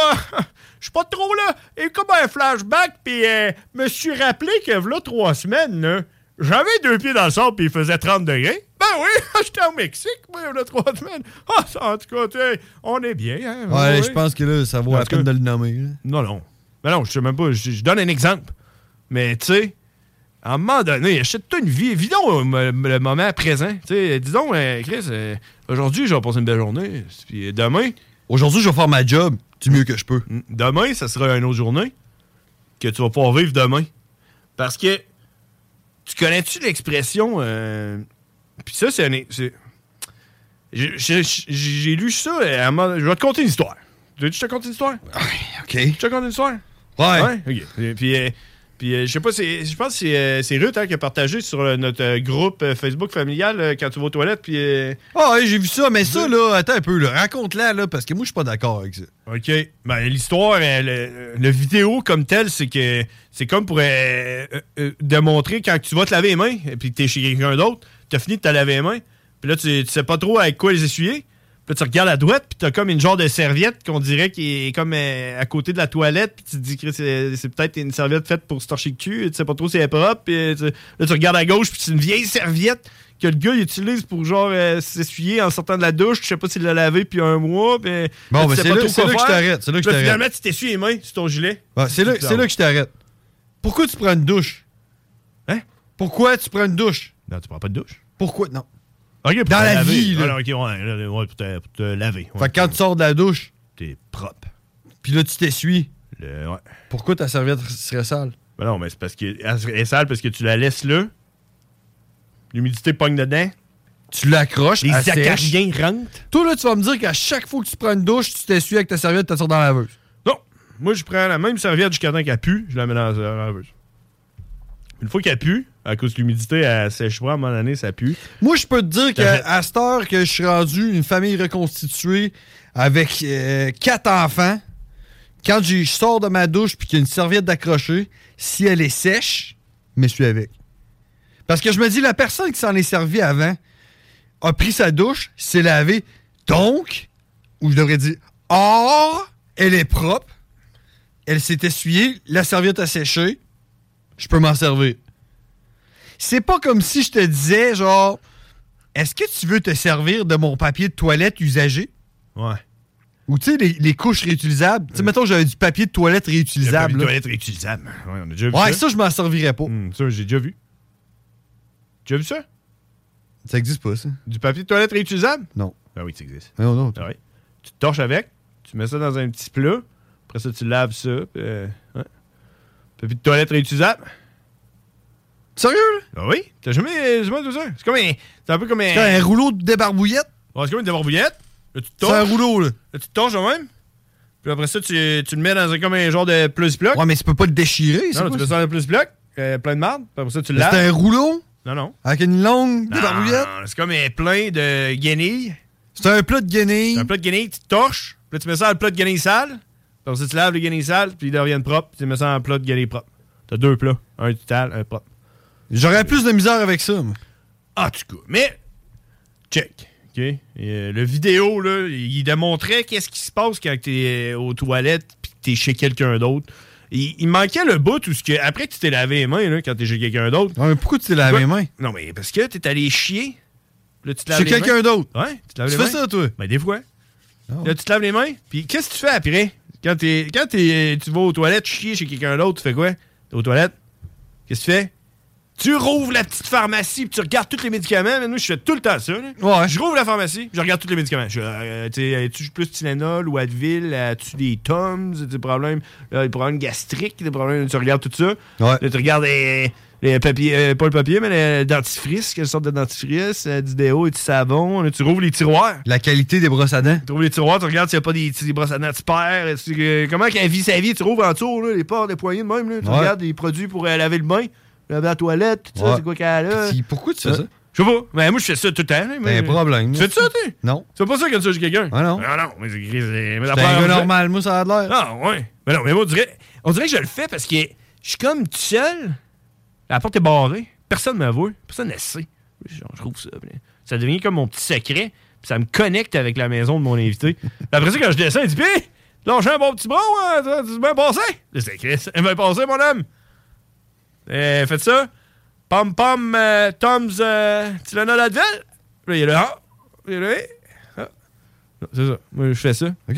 [SPEAKER 6] je suis pas trop là. Et comme un flashback, puis euh, me suis rappelé que v'là trois semaines, là, j'avais deux pieds dans le sable, puis il faisait 30 degrés. Ben oui, j'étais au Mexique, moi, v'là trois semaines. Ah, ça, en tout cas, tu sais, on est bien, hein.
[SPEAKER 7] Ouais,
[SPEAKER 6] Ouais.
[SPEAKER 7] je pense que là, ça vaut
[SPEAKER 6] En
[SPEAKER 7] la
[SPEAKER 6] tout
[SPEAKER 7] peine de
[SPEAKER 6] cas-
[SPEAKER 7] le nommer. là.
[SPEAKER 6] Non, non. Mais non, je sais même pas. Je, je donne un exemple. Mais tu sais, à un moment donné, achète-toi une vie. Vis donc euh, me- me- le moment présent. Tu sais, dis donc, euh, Chris, euh, aujourd'hui, je vais passer une belle journée. Puis euh, demain.
[SPEAKER 7] Aujourd'hui, je vais faire ma job du mieux que je peux.
[SPEAKER 6] Mm. Demain, ça sera une autre journée que tu vas pouvoir vivre demain. Parce que. Tu connais-tu l'expression. euh, Puis ça, c'est un. é- c'est- J'ai- J'ai j'ai lu ça. euh, à un moment- Je vais te conter une histoire. Tu veux que je te conte une histoire?
[SPEAKER 7] OK. Je
[SPEAKER 6] te conte une histoire?
[SPEAKER 7] Ouais.
[SPEAKER 6] OK. Et Puis, euh, puis euh, je sais pas, c'est- je pense que c'est, euh, c'est Ruth hein, qui a partagé sur euh, notre euh, groupe euh, Facebook familial euh, quand tu vas aux toilettes. Puis, euh,
[SPEAKER 7] Ah, ouais, j'ai vu ça, mais ça, là, attends un peu, là. Raconte-la, là, parce que moi, je suis pas d'accord avec ça.
[SPEAKER 6] OK. Ben, l'histoire, euh, le, le vidéo comme tel, c'est que c'est comme pour euh, euh, euh, démontrer quand tu vas te laver les mains et puis que t'es chez quelqu'un d'autre, t'as fini de te laver les mains, puis là, tu, tu sais pas trop avec quoi les essuyer. Puis là, tu regardes à droite, puis t'as comme une genre de serviette qu'on dirait qui est comme euh, à côté de la toilette, puis tu te dis que c'est, c'est peut-être une serviette faite pour se torcher le cul, tu sais pas trop si elle est propre, puis euh, tu- là, tu regardes à gauche, puis c'est une vieille serviette que le gars il utilise pour genre euh, s'essuyer en sortant de la douche, je sais pas s'il l'a lavé puis un mois, puis
[SPEAKER 7] Bon,
[SPEAKER 6] là,
[SPEAKER 7] ben,
[SPEAKER 6] tu sais
[SPEAKER 7] c'est
[SPEAKER 6] pas
[SPEAKER 7] là-
[SPEAKER 6] trop
[SPEAKER 7] c'est
[SPEAKER 6] quoi
[SPEAKER 7] là que je
[SPEAKER 6] faire.
[SPEAKER 7] t'arrête, c'est là que je
[SPEAKER 6] Puis
[SPEAKER 7] t'arrête.
[SPEAKER 6] Finalement, tu t'essuies les mains sur ton gilet.
[SPEAKER 7] Ouais, c'est là, c'est là que je t'arrête. Pourquoi tu prends une douche?
[SPEAKER 6] Hein?
[SPEAKER 7] Pourquoi tu prends une douche?
[SPEAKER 6] Non, tu prends pas de douche.
[SPEAKER 7] Pourquoi? Non.
[SPEAKER 6] Ok, pour
[SPEAKER 7] Dans
[SPEAKER 6] te
[SPEAKER 7] la
[SPEAKER 6] laver.
[SPEAKER 7] vie, là.
[SPEAKER 6] Ah, non, ok, ouais, là, ouais, pour, te, pour te laver. ouais.
[SPEAKER 7] Fait que quand tu sors de la douche,
[SPEAKER 6] T'es propre.
[SPEAKER 7] puis là, tu t'essuies.
[SPEAKER 6] Le- ouais.
[SPEAKER 7] Pourquoi ta serviette serait sale?
[SPEAKER 6] Ben non, mais c'est parce que elle serait- elle est sale parce que tu la laisses là. L'humidité pogne dedans.
[SPEAKER 7] Tu l'accroches.
[SPEAKER 6] Les
[SPEAKER 7] elle sèche.
[SPEAKER 6] acariens rentrent.
[SPEAKER 7] Toi, là, tu vas me dire qu'à chaque fois que tu prends une douche, tu t'essuies avec ta serviette, tu la sors dans la laveuse.
[SPEAKER 6] Non. Moi, je prends la même serviette jusqu'à temps qu'elle pue, je la mets dans la laveuse. Une fois qu'elle pue, à cause de l'humidité, elle sèche pas, à un moment donné, ça pue.
[SPEAKER 7] Moi, je peux te dire
[SPEAKER 6] T'as
[SPEAKER 7] qu'à à cette heure que je suis rendu une famille reconstituée avec euh, quatre enfants, quand j'ai- je sors de ma douche puis qu'il y a une serviette d'accrocher, si elle est sèche, je me suis avec. Parce que je me dis, la personne qui s'en est servie avant a pris sa douche, s'est lavée, donc, ou je devrais dire, or, elle est propre, elle s'est essuyée, la serviette a séché, je peux m'en servir. C'est pas comme si je te disais, genre, est-ce que tu veux te servir de mon papier de toilette usagé?
[SPEAKER 6] Ouais.
[SPEAKER 7] Ou tu sais, les, les couches réutilisables. Tu sais, mettons, j'avais du papier de toilette réutilisable.
[SPEAKER 6] Une
[SPEAKER 7] là.
[SPEAKER 6] toilette réutilisable. Ouais, on a déjà vu
[SPEAKER 7] Ouais,
[SPEAKER 6] ça. Mm.
[SPEAKER 7] ça, je m'en servirais pas.
[SPEAKER 6] Hmm, ça, j'ai déjà vu. Tu as vu ça?
[SPEAKER 7] Ça existe pas, ça.
[SPEAKER 6] Du papier de toilette réutilisable?
[SPEAKER 7] Non.
[SPEAKER 6] Ah oui, ça existe.
[SPEAKER 7] Non, non.
[SPEAKER 6] Ah oui. Tu te torches avec, tu mets ça dans un petit plat, après ça, tu laves ça. puis, euh, ouais. Papier de toilette réutilisable? Sérieux, là? Ah oui? T'as jamais, jamais tout ça? C'est comme un. C'est un peu comme un.
[SPEAKER 7] C'est un rouleau de débarbouillette.
[SPEAKER 6] Ouais, c'est comme une débarbouillette. Là, tu te
[SPEAKER 7] C'est
[SPEAKER 6] torches.
[SPEAKER 7] un rouleau, là.
[SPEAKER 6] Là, tu te torches de même. Puis après ça, tu, tu le mets dans un, comme un genre de plus-bloc. Ouais, mais tu peux pas le déchirer,
[SPEAKER 7] c'est
[SPEAKER 6] Non, non,
[SPEAKER 7] quoi
[SPEAKER 6] tu mets ça dans un plus-bloc, euh, plein de marde. Puis après ça, tu le
[SPEAKER 7] Mais
[SPEAKER 6] laves.
[SPEAKER 7] C'est un rouleau
[SPEAKER 6] Non, non.
[SPEAKER 7] avec une longue
[SPEAKER 6] Non,
[SPEAKER 7] débarbouillette.
[SPEAKER 6] C'est comme un plein de guenilles. C'est un plat de guenilles. C'est un plat de guenilles, tu torches, puis là, tu mets ça dans le plat de guenilles sale. Puis après ça, tu laves les guenilles sales, puis ils deviennent propres, puis tu mets ça dans le plat de guenilles propre. T'as deux plats, un total, un propre.
[SPEAKER 7] J'aurais plus de misère avec ça, moi.
[SPEAKER 6] En tout cas, mais check. OK? Et, euh, le vidéo, là, il démontrait qu'est-ce qui se passe quand t'es euh, aux toilettes puis que t'es chez quelqu'un d'autre. Il, il manquait le bout où ce que, après que tu t'es lavé les mains là, quand t'es chez quelqu'un d'autre. Non, mais pourquoi tu t'es
[SPEAKER 7] lavé les mains?
[SPEAKER 6] Non, mais parce que t'es allé chier. Là, tu te laves
[SPEAKER 7] Chez
[SPEAKER 6] les mains.
[SPEAKER 7] quelqu'un d'autre.
[SPEAKER 6] Ouais, tu te laves
[SPEAKER 7] Tu
[SPEAKER 6] les
[SPEAKER 7] fais
[SPEAKER 6] mains.
[SPEAKER 7] ça, toi?
[SPEAKER 6] Ben, des fois. Là, tu te laves les mains, puis qu'est-ce que tu fais après? Quand, t'es- quand t'es- tu vas aux toilettes chier chez quelqu'un d'autre, tu fais quoi? T'es aux toilettes? Qu'est-ce que tu fais? Tu rouvres la petite pharmacie, puis tu regardes tous les médicaments. Moi, je fais tout le temps ça. là. Je rouvre la pharmacie, je regarde tous les médicaments. Je, euh, tu sais, as-tu plus Tylenol ou Advil? As-tu des Tums? Des problèmes, là, des problèmes gastriques? Des problèmes, tu regardes tout ça. Là, tu regardes les, les papiers, euh, pas le papier, mais le dentifrice, quelle sorte de dentifrice, euh, du déo et du savon. Là, tu rouvres les tiroirs.
[SPEAKER 7] La qualité des brosses à dents.
[SPEAKER 6] Tu trouves les tiroirs, tu regardes s'il n'y a pas des, petits- des brosses à dents de père. est-ce que- Comment qu'elle vit sa vie? Tu trouves en dessous, là, les portes, les poignées de même. là. Tu
[SPEAKER 7] Ouais.
[SPEAKER 6] regardes des produits pour euh, laver le bain, laver la toilette, tout
[SPEAKER 7] Ouais.
[SPEAKER 6] ça, c'est quoi qu'elle a.
[SPEAKER 7] Puis pourquoi tu
[SPEAKER 6] euh,
[SPEAKER 7] fais ça?
[SPEAKER 6] Je sais pas. Mais moi, je fais ça tout le temps. là, moi.
[SPEAKER 7] T'as Ben, un problème.
[SPEAKER 6] Tu fais de ça, tu
[SPEAKER 7] Non.
[SPEAKER 6] C'est pas ça quand tu es chez quelqu'un.
[SPEAKER 7] Ah non.
[SPEAKER 6] Ah non, mais c'est- c'est. mais la
[SPEAKER 7] C'est
[SPEAKER 6] première
[SPEAKER 7] un gars
[SPEAKER 6] fois-
[SPEAKER 7] normal, moi, ça a l'air.
[SPEAKER 6] Ah ouais. Mais non, mais moi, on dirait, on dirait que je le fais parce que je suis comme tout seul. La porte est barrée. Personne ne me voit. Personne ne sait. Genre, Je trouve ça. puis Ça devient comme mon petit secret. Puis ça me connecte avec la maison de mon invité. Puis après ça, quand je descends, il dit Pis, lâche un bon petit bras, hein, ça, tu t'es bien passé. Le secret, c'est bien passé, mon homme. Euh, faites ça. Pom pom, euh, Tom's euh, Tylenol Advil. Puis là, il est là. Ah. Il est là. Ah. Non, C'est ça. Moi, je fais ça. OK.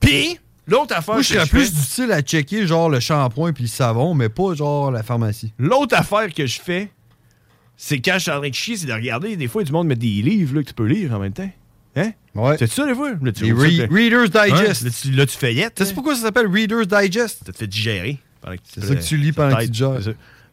[SPEAKER 6] Puis, l'autre affaire.
[SPEAKER 7] Moi, je
[SPEAKER 6] que
[SPEAKER 7] serais
[SPEAKER 6] fais-
[SPEAKER 7] plus du style à checker, genre, le shampoing puis le savon, mais pas, genre, la pharmacie.
[SPEAKER 6] L'autre affaire que je fais, c'est quand je suis en train de chier, c'est de regarder. Des fois, du monde met des livres là, que tu peux lire en même temps. Hein?
[SPEAKER 7] Ouais.
[SPEAKER 6] C'est ça, des fois? Là, tu
[SPEAKER 7] Les
[SPEAKER 6] ouvres ça,
[SPEAKER 7] Re-
[SPEAKER 6] puis-
[SPEAKER 7] Reader's
[SPEAKER 6] Hein?
[SPEAKER 7] Digest.
[SPEAKER 6] Là, tu, là, tu feuillettes.
[SPEAKER 7] Tu sais pourquoi ça s'appelle Reader's Digest?
[SPEAKER 6] Ça te fait digérer. C'est
[SPEAKER 7] ça que tu lis pendant que tu
[SPEAKER 6] digères.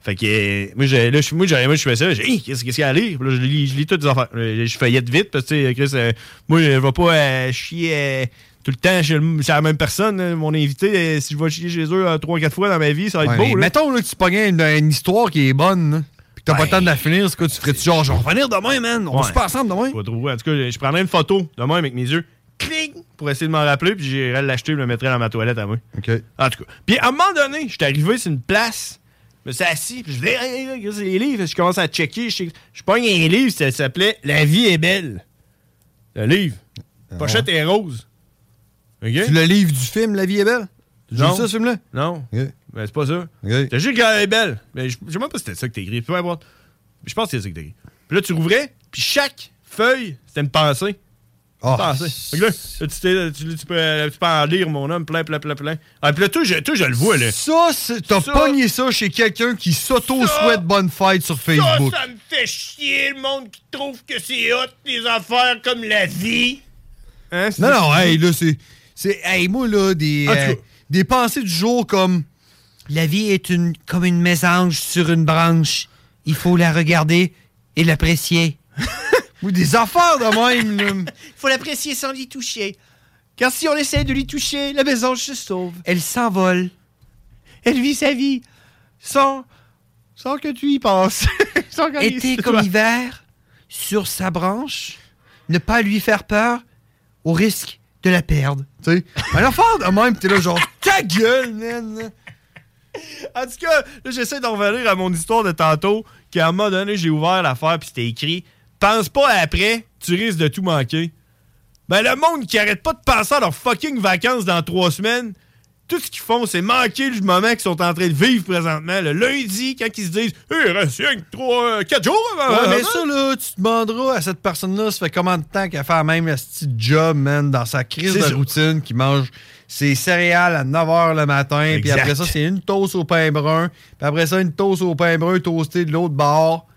[SPEAKER 6] Fait que, euh, moi, j'ai- là, je, moi, j'ai- moi, je fais ça. J'ai, Hey, qu'est-ce qu'est-ce qu'il y a à lire? Puis là, je lis, je lis toutes les affaires. Euh, Je feuillette vite parce que, tu sais, Chris, euh, moi, je vais pas euh, chier euh, tout le temps chez, le- chez la même personne. hein. mon invité, euh, si je vais chier chez eux euh, trois, quatre fois dans ma vie, ça va être
[SPEAKER 7] Ouais,
[SPEAKER 6] beau.
[SPEAKER 7] mais
[SPEAKER 6] là.
[SPEAKER 7] mettons là, que tu pognes une, une histoire qui est bonne, là, pis que t'as pas le temps de la finir, c'est quoi, tu ferais-tu genre, je vais revenir demain, man, on va
[SPEAKER 6] Ouais.
[SPEAKER 7] se passe ensemble demain?
[SPEAKER 6] Je vais trouver. En tout cas, je prendrai une photo demain avec mes yeux. Cling! Pour essayer de m'en rappeler, puis j'irai l'acheter et le mettrai dans ma toilette à moi.
[SPEAKER 7] OK.
[SPEAKER 6] En tout cas. Puis à un moment donné, je suis arrivé sur une place, je me suis assis, puis je dis, hey, hey, hey, regarde, c'est les livres. Je commence à checker. Je, je pogne un livre, ça s'appelait La vie est belle. Le livre. Pochette est rose.
[SPEAKER 7] Ah Tu le livre du film La vie est belle? J'ai
[SPEAKER 6] Non.
[SPEAKER 7] vu ça, ce film-là?
[SPEAKER 6] Non.
[SPEAKER 7] Ok.
[SPEAKER 6] Ben, c'est pas ça. T'as juste qu'elle est belle. Mais je je sais même pas si c'était ça que t'as écrit. Peu importe. Je pense que c'est ça que t'as écrit. Puis là, tu rouvrais, puis chaque feuille, c'était une pensée.
[SPEAKER 7] Ah.
[SPEAKER 6] Une pensée. Fait que là, là, tu, t'es- tu- tu peux, tu peux en lire, mon homme, plein, plein, plein, plein. Ah, puis là, toi, je, toi, je le vois, là.
[SPEAKER 7] Ça, c'est- t'as
[SPEAKER 6] Ça-
[SPEAKER 7] pogné ça chez quelqu'un qui s'auto-souhaite bonne fête sur Facebook.
[SPEAKER 6] Ça, ça me fait chier, le monde qui trouve que c'est hot, les affaires comme la vie. Hein, c'est-
[SPEAKER 7] Non, non, hey, là, c'est. c'est- hey, moi, là, des,
[SPEAKER 6] En tout
[SPEAKER 7] euh,
[SPEAKER 6] cas.
[SPEAKER 7] des pensées du jour comme La vie est une, comme une mésange sur une branche. Il faut la regarder et l'apprécier. Ou des affaires de même, là.
[SPEAKER 6] Faut l'apprécier sans l'y toucher. Car si on essaie de l'y toucher, la mésange se sauve.
[SPEAKER 7] Elle s'envole.
[SPEAKER 6] Elle vit sa vie sans, sans que tu y penses. sans qu'on y-
[SPEAKER 7] Été comme hiver, sur sa branche, ne pas lui faire peur au risque de la perdre. Tu sais, un affaire de même, t'es là, genre, ta gueule, man.
[SPEAKER 6] En tout cas, là, j'essaie d'en revenir à mon histoire de tantôt, qu'à un moment donné, j'ai ouvert l'affaire puis c'était écrit Pense pas à après, tu risques de tout manquer. Ben, le monde qui arrête pas de penser à leurs fucking vacances dans trois semaines, tout ce qu'ils font, c'est manquer le moment qu'ils sont en train de vivre présentement. Le lundi, quand ils se disent Hey, il reste rien que trois, euh, quatre jours avant.
[SPEAKER 7] Ouais, mais
[SPEAKER 6] avant.
[SPEAKER 7] ça, là, tu demanderas à cette personne-là, ça fait combien de temps qu'elle fait la même petite job, man, dans sa crise
[SPEAKER 6] C'est
[SPEAKER 7] de
[SPEAKER 6] ça.
[SPEAKER 7] routine, qui mange ses céréales à 9h le matin, puis
[SPEAKER 6] Exact.
[SPEAKER 7] après ça, c'est une toast au pain brun, puis après ça, une toast au pain brun toastée de l'autre bord.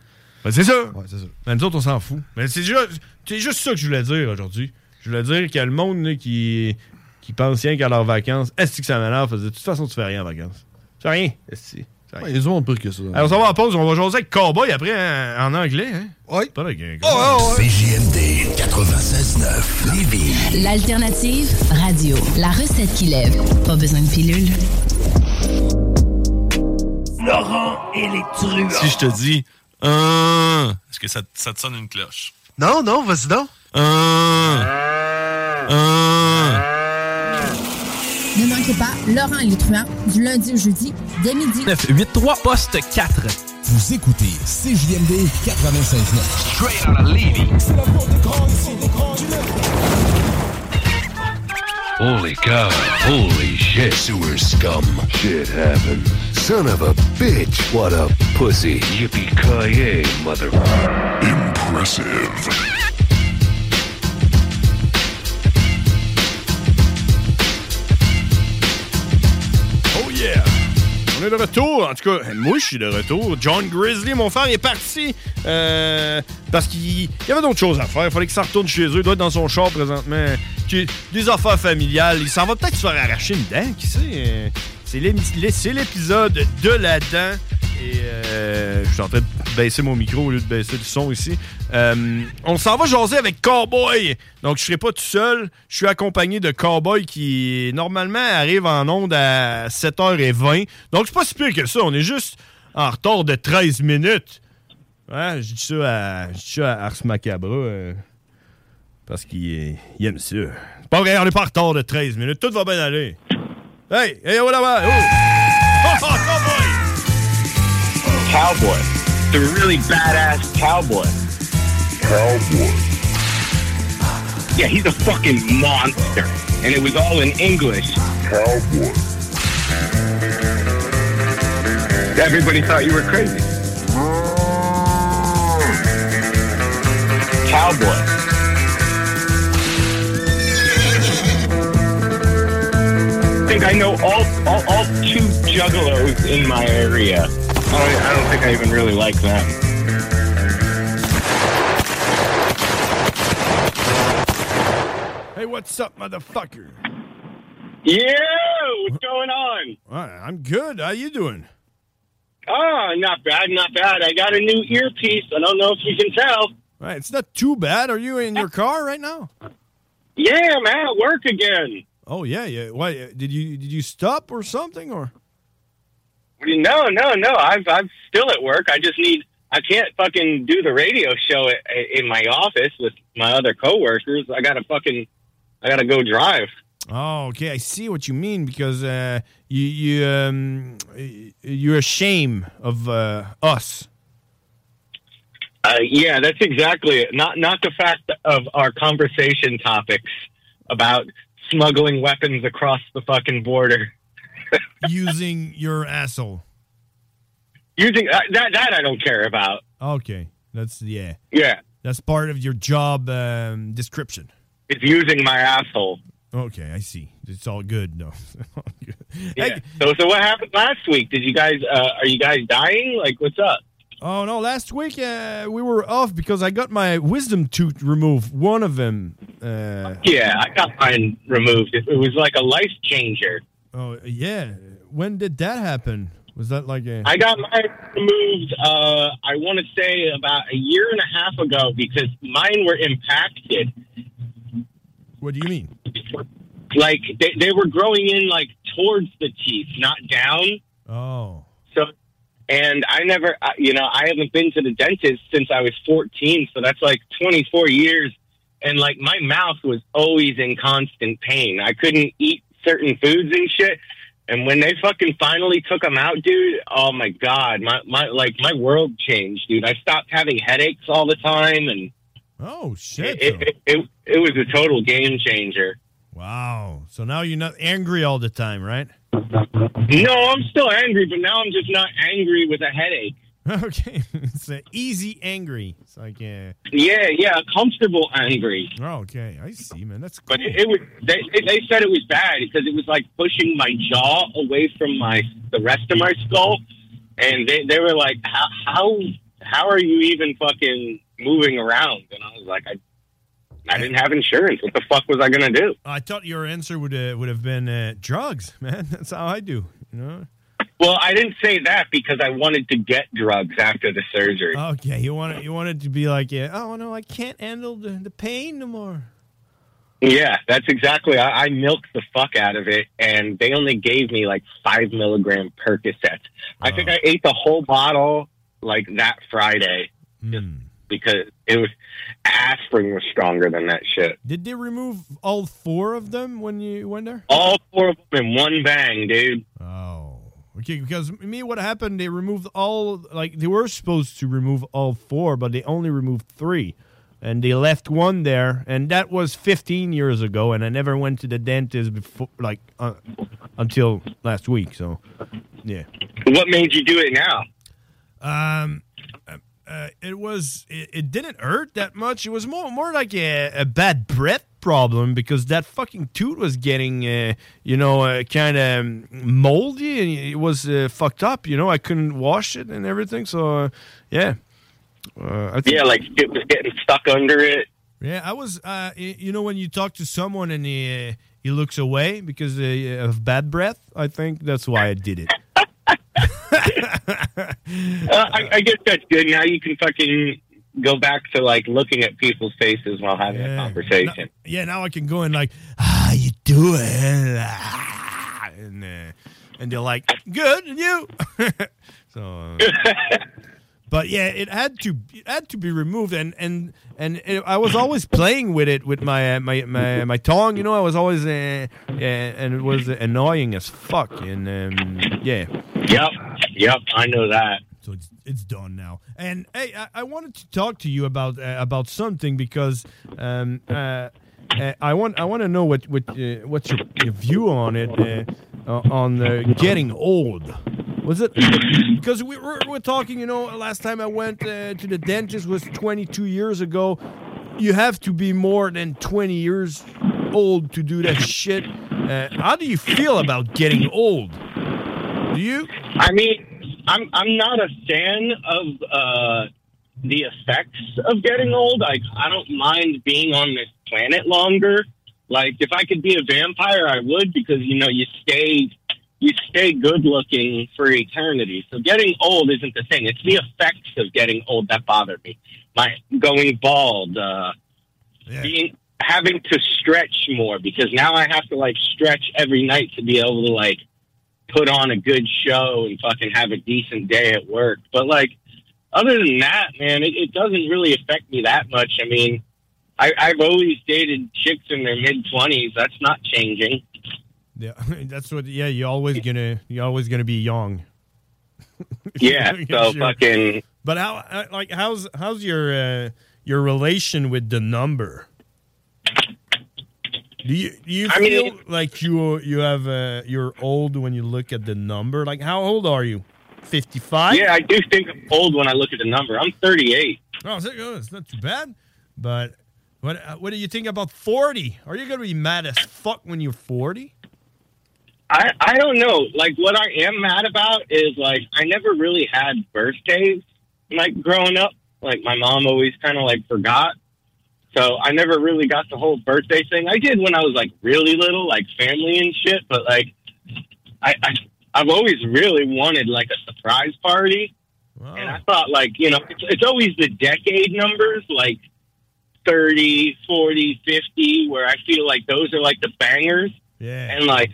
[SPEAKER 6] Ben, c'est ça.
[SPEAKER 7] Ouais, c'est ça.
[SPEAKER 6] Mais nous autres, on s'en fout. Mais c'est juste, c'est juste ça que je voulais dire aujourd'hui. Je voulais dire qu'il y a le monde là, qui, qui pense rien qu'à leurs vacances. Est-ce que ça m'énerve? Faisait, De toute façon, tu fais rien en vacances. Tu fais rien. Esti.
[SPEAKER 14] Ouais, les autres ont pris que ça.
[SPEAKER 7] Alors, on s'en va en pause, on va jaser avec Cowboy après hein, en anglais. Hein?
[SPEAKER 14] Oui.
[SPEAKER 7] Pas le gars.
[SPEAKER 3] CJMD 96.9 Lévis.
[SPEAKER 15] L'alternative radio. La recette qui lève. Pas besoin de pilule.
[SPEAKER 6] Laurent et les truands.
[SPEAKER 16] Si je te dis, euh, est-ce que ça, ça te sonne une cloche?
[SPEAKER 6] Non, non, vas-y donc.
[SPEAKER 15] Ne manquez pas Laurent Litruand du lundi au jeudi dès midi.
[SPEAKER 17] 983 poste 4.
[SPEAKER 3] Vous écoutez CJMD 96.9.
[SPEAKER 6] Straight out of Levy.
[SPEAKER 3] Holy cow. Holy shit. Sewer scum. Shit happened. Son of a bitch. What a pussy. Yippee-ki-yay, mother... Impressive.
[SPEAKER 7] Oh yeah! On est de retour, en tout cas, moi je suis de retour. John Grizzly, mon frère, il est parti euh, parce qu'il il y avait d'autres choses à faire. Il fallait qu'il s'en retourne chez eux. Il doit être dans son char présentement. Qui- Des affaires familiales. Il s'en va peut-être se faire arracher une dent, qui sait? euh, C'est l'émi- l'é- c'est l'épisode de la dent. Et euh, je suis en train de baisser mon micro au lieu de baisser le son ici. Euh, on s'en va jaser avec Cowboy. Donc, je serai pas tout seul. Je suis accompagné de Cowboy qui, normalement, arrive en onde à 7h20. Donc, c'est pas si pire que ça. On est juste en retard de 13 minutes. Ouais, je dis ça à, je dis ça à Ars Macabra euh, parce qu'il est- il aime ça. C'est pas vrai, on est pas en retard de 13 minutes. Tout va bien aller. Hey, hey, oh là-bas! Oh.
[SPEAKER 6] Cowboy. The really badass cowboy. Cowboy. Yeah, he's a fucking monster. And it was all in English. Cowboy. Everybody thought you were crazy. Cowboy. I think I know all, all, all two juggalos in my area. I don't, I don't think I even really like them.
[SPEAKER 7] Hey, what's up, motherfucker?
[SPEAKER 6] Yeah, what's going on?
[SPEAKER 7] Alright, I'm good. How you doing?
[SPEAKER 6] Oh, not bad, not bad. I got a new earpiece. I don't know if you can tell.
[SPEAKER 7] Right, it's not too bad. Are you in your car right now?
[SPEAKER 6] Yeah, I'm at work again.
[SPEAKER 7] Oh yeah, yeah. Why uh, did you did you stop or something or?
[SPEAKER 6] No, no, no. I've, I'm still at work. I just need. I can't fucking do the radio show i- in my office with my other coworkers. I gotta fucking. I gotta go drive.
[SPEAKER 7] Oh, okay. I see what you mean because uh, you you um, y- you're ashamed of uh, us.
[SPEAKER 6] Uh, yeah, that's exactly it. Not not the fact of our conversation topics about smuggling weapons across the fucking border.
[SPEAKER 7] Using your asshole.
[SPEAKER 6] Using uh, that that I don't care about.
[SPEAKER 7] Okay, that's yeah.
[SPEAKER 6] Yeah,
[SPEAKER 7] That's uh, part of your job um, description.
[SPEAKER 6] it's using my asshole.
[SPEAKER 7] Okay, I see. It's all good. No.
[SPEAKER 6] Yeah. So so what happened last week? Did you guys uh, are you guys dying? Like what's up?
[SPEAKER 7] Oh no! Last week uh, we were off because I got my wisdom tooth removed. One of them. Uh,
[SPEAKER 6] Yeah, I got mine removed. It, it was like a life changer.
[SPEAKER 7] Oh yeah. When did that happen? Was that like a?
[SPEAKER 6] I got mine removed. Uh, I want to say about a year and a half ago because mine were impacted.
[SPEAKER 7] What do you mean?
[SPEAKER 6] Like they, they were growing in like towards the teeth, not down.
[SPEAKER 7] Oh.
[SPEAKER 6] So, and I never, I- you know, I haven't been to the dentist since I was 14. So that's like 24 years. And like my mouth was always in constant pain. I couldn't eat certain foods and shit. And when they fucking finally took them out, dude, oh my God, my, my, like my world changed, dude. I stopped having headaches all the time. And
[SPEAKER 7] Oh shit!
[SPEAKER 6] it, it, it, it was a total game changer.
[SPEAKER 7] Wow. So now you're not angry all the time, right?
[SPEAKER 6] No, I'm still angry, but now I'm just not angry with a headache.
[SPEAKER 7] Okay. it's an easy angry. It's like yeah.
[SPEAKER 6] Yeah, yeah, comfortable angry.
[SPEAKER 7] Oh, okay. I see, man. That's
[SPEAKER 6] But it, it was they, they- they said it was bad because it was like pushing my jaw away from my the rest of my skull, and they, they were like, how, how how are you even fucking moving around? And I was like, I I didn't have insurance. What the fuck was I gonna do?
[SPEAKER 7] I thought your answer would uh, would have been uh, drugs, man. That's how I do. You know.
[SPEAKER 6] Well, I didn't say that because I wanted to get drugs after the surgery.
[SPEAKER 7] Okay, you want it, you want it to be like, yeah, oh no, I can't handle the, the pain no more.
[SPEAKER 6] Yeah, that's exactly. I, I milked the fuck out of it, and they only gave me like five milligram Percocet. I think I ate the whole bottle like that Friday because it was aspirin was stronger than that shit.
[SPEAKER 7] Did they remove all four of them when you went there?
[SPEAKER 6] All four of them in one bang, dude.
[SPEAKER 7] Oh. Okay, because me, what happened? They removed all like they were supposed to remove all four, but they only removed three, and they left one there, and that was 15 years ago, and I never went to the dentist before, like uh, until last week. So, yeah.
[SPEAKER 6] What made you do it now?
[SPEAKER 7] Um, uh, uh, it was it, it didn't hurt that much. It was more more like a, a bad breath problem because that fucking tooth was getting uh, you know uh, kind of moldy and it was uh, fucked up. You know, I couldn't wash it and everything. So uh, yeah, uh, I think,
[SPEAKER 6] Yeah, like it was getting stuck under it.
[SPEAKER 7] yeah, I was. Uh, y- you know, when you talk to someone and he uh, he looks away because uh, of bad breath, I think that's why I did it.
[SPEAKER 6] Uh, I, I guess that's good. Now you can fucking go back to like looking at people's faces while having a conversation.
[SPEAKER 7] yeah, now I can go and like, how you doing? Ah, And uh, and they're like, good, and you. so, uh, but yeah, it had to it had to be removed, and and and it, I was always playing with it with my uh, my my my tongue. You know, I was always uh, uh, and it was annoying as fuck. And um, yeah,
[SPEAKER 6] Yep, yep, I know that.
[SPEAKER 7] So it's it's done now. And hey, I, I wanted to talk to you about uh, about something because um, uh, uh, I want I want to know what what uh, what's your, your view on it uh, uh, on uh, getting old. Was it because we were, we're talking? You know, last time I went uh, to the dentist was 22 years ago. You have to be more than 20 years old to do that shit. Uh, how do you feel about getting old? Do you?
[SPEAKER 6] I mean, I'm I'm not a fan of uh, the effects of getting old. Like, I don't mind being on this planet longer. Like, if I could be a vampire, I would because you know you stay you stay good looking for eternity. So getting old isn't the thing. It's the effects of getting old that bother me. My going bald, uh, being having to stretch more because now I have to like stretch every night to be able to like put on a good show and fucking have a decent day at work. But like, other than that, man, it, it doesn't really affect me that much. I mean, I, I've always dated chicks in their mid twenties. That's not changing.
[SPEAKER 7] Yeah, that's what. Yeah, you're always gonna you're always gonna be young.
[SPEAKER 6] Yeah, so fucking-
[SPEAKER 7] But how uh, like how's how's your uh, your relation with the number? Do you do you feel like you you have uh, you're old when you look at the number? Like how old are you? Fifty five.
[SPEAKER 6] Yeah, I do think I'm old when I look at the number. I'm 38.
[SPEAKER 7] Oh, is it- oh, it's not too bad. But what uh, what do you think about forty? Are you gonna be mad as fuck when you're forty?
[SPEAKER 6] I, I don't know. Like, what I am mad about is, like, I never really had birthdays, like, growing up. Like, my mom always kind of, like, forgot. So I never really got the whole birthday thing. I did when I was, like, really little, like, family and shit. But, like, I, I, I've always really wanted, like, a surprise party. And I thought, like, you know, it's, it's always the decade numbers, like 30, 40, 50, where I feel like those are, like, the bangers.
[SPEAKER 7] Yeah.
[SPEAKER 6] And, like,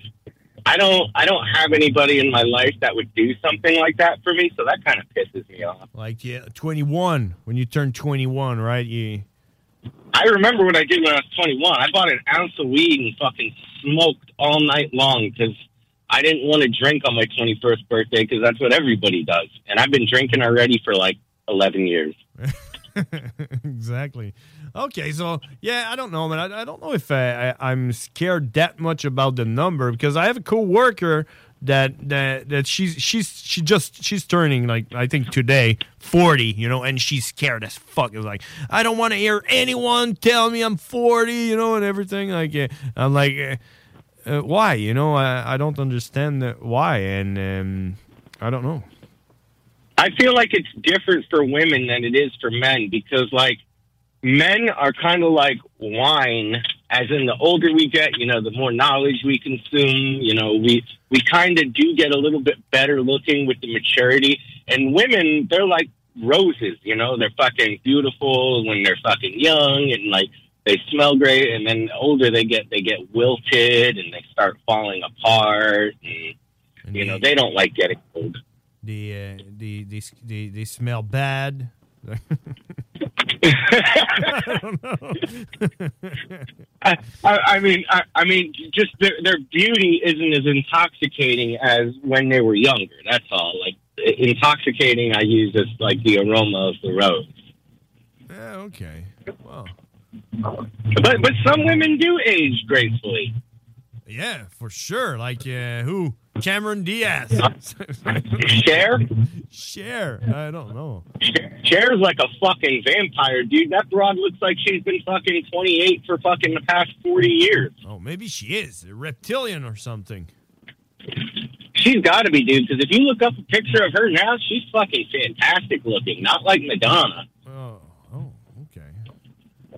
[SPEAKER 6] I don't I don't have anybody in my life that would do something like that for me, so that kind of pisses me off.
[SPEAKER 7] Like yeah, twenty one. When you turn twenty one, right? You
[SPEAKER 6] I remember what I did when I was 21. I bought an ounce of weed and fucking smoked all night long because I didn't want to drink on my 21st birthday because that's what everybody does. And I've been drinking already for like 11 years.
[SPEAKER 7] exactly. Okay, so yeah, I don't know, man. I, I don't know if I, I, I'm scared that much about the number because I have a coworker that that that she's she's she just she's turning like I think today forty, you know, and she's scared as fuck. It's like I don't want to hear anyone tell me I'm forty, you know, and everything. Like uh, I'm like. Uh, uh, why? You know, I, I don't understand uh, why, and um, I don't know.
[SPEAKER 6] I feel like it's different for women than it is for men because like men are kind of like wine as in the older we get, you know, the more knowledge we consume, you know, we we kind of do get a little bit better looking with the maturity. And women, they're like roses, you know, they're fucking beautiful when they're fucking young and like they smell great and then the older they get they get wilted and they start falling apart and you know, they don't like getting old.
[SPEAKER 7] They, uh, they, they, they, they smell bad.
[SPEAKER 6] I don't know. I, I, I mean, I, I mean, just their their beauty isn't as intoxicating as when they were younger. That's all. Like intoxicating, I use as like the aroma of the rose.
[SPEAKER 7] Yeah, okay. Wow.
[SPEAKER 6] But but some women do age gracefully.
[SPEAKER 7] Yeah, for sure. Like uh, who? Cameron Diaz.
[SPEAKER 6] Cher?
[SPEAKER 7] Cher. I don't know.
[SPEAKER 6] Cher's like a fucking vampire, dude. That broad looks like she's been fucking twenty eight for fucking the past forty years.
[SPEAKER 7] Oh, maybe she is a reptilian or something.
[SPEAKER 6] She's got to be, dude. Because if you look up a picture of her now, she's fucking fantastic looking. Not like Madonna.
[SPEAKER 7] Oh, oh, okay.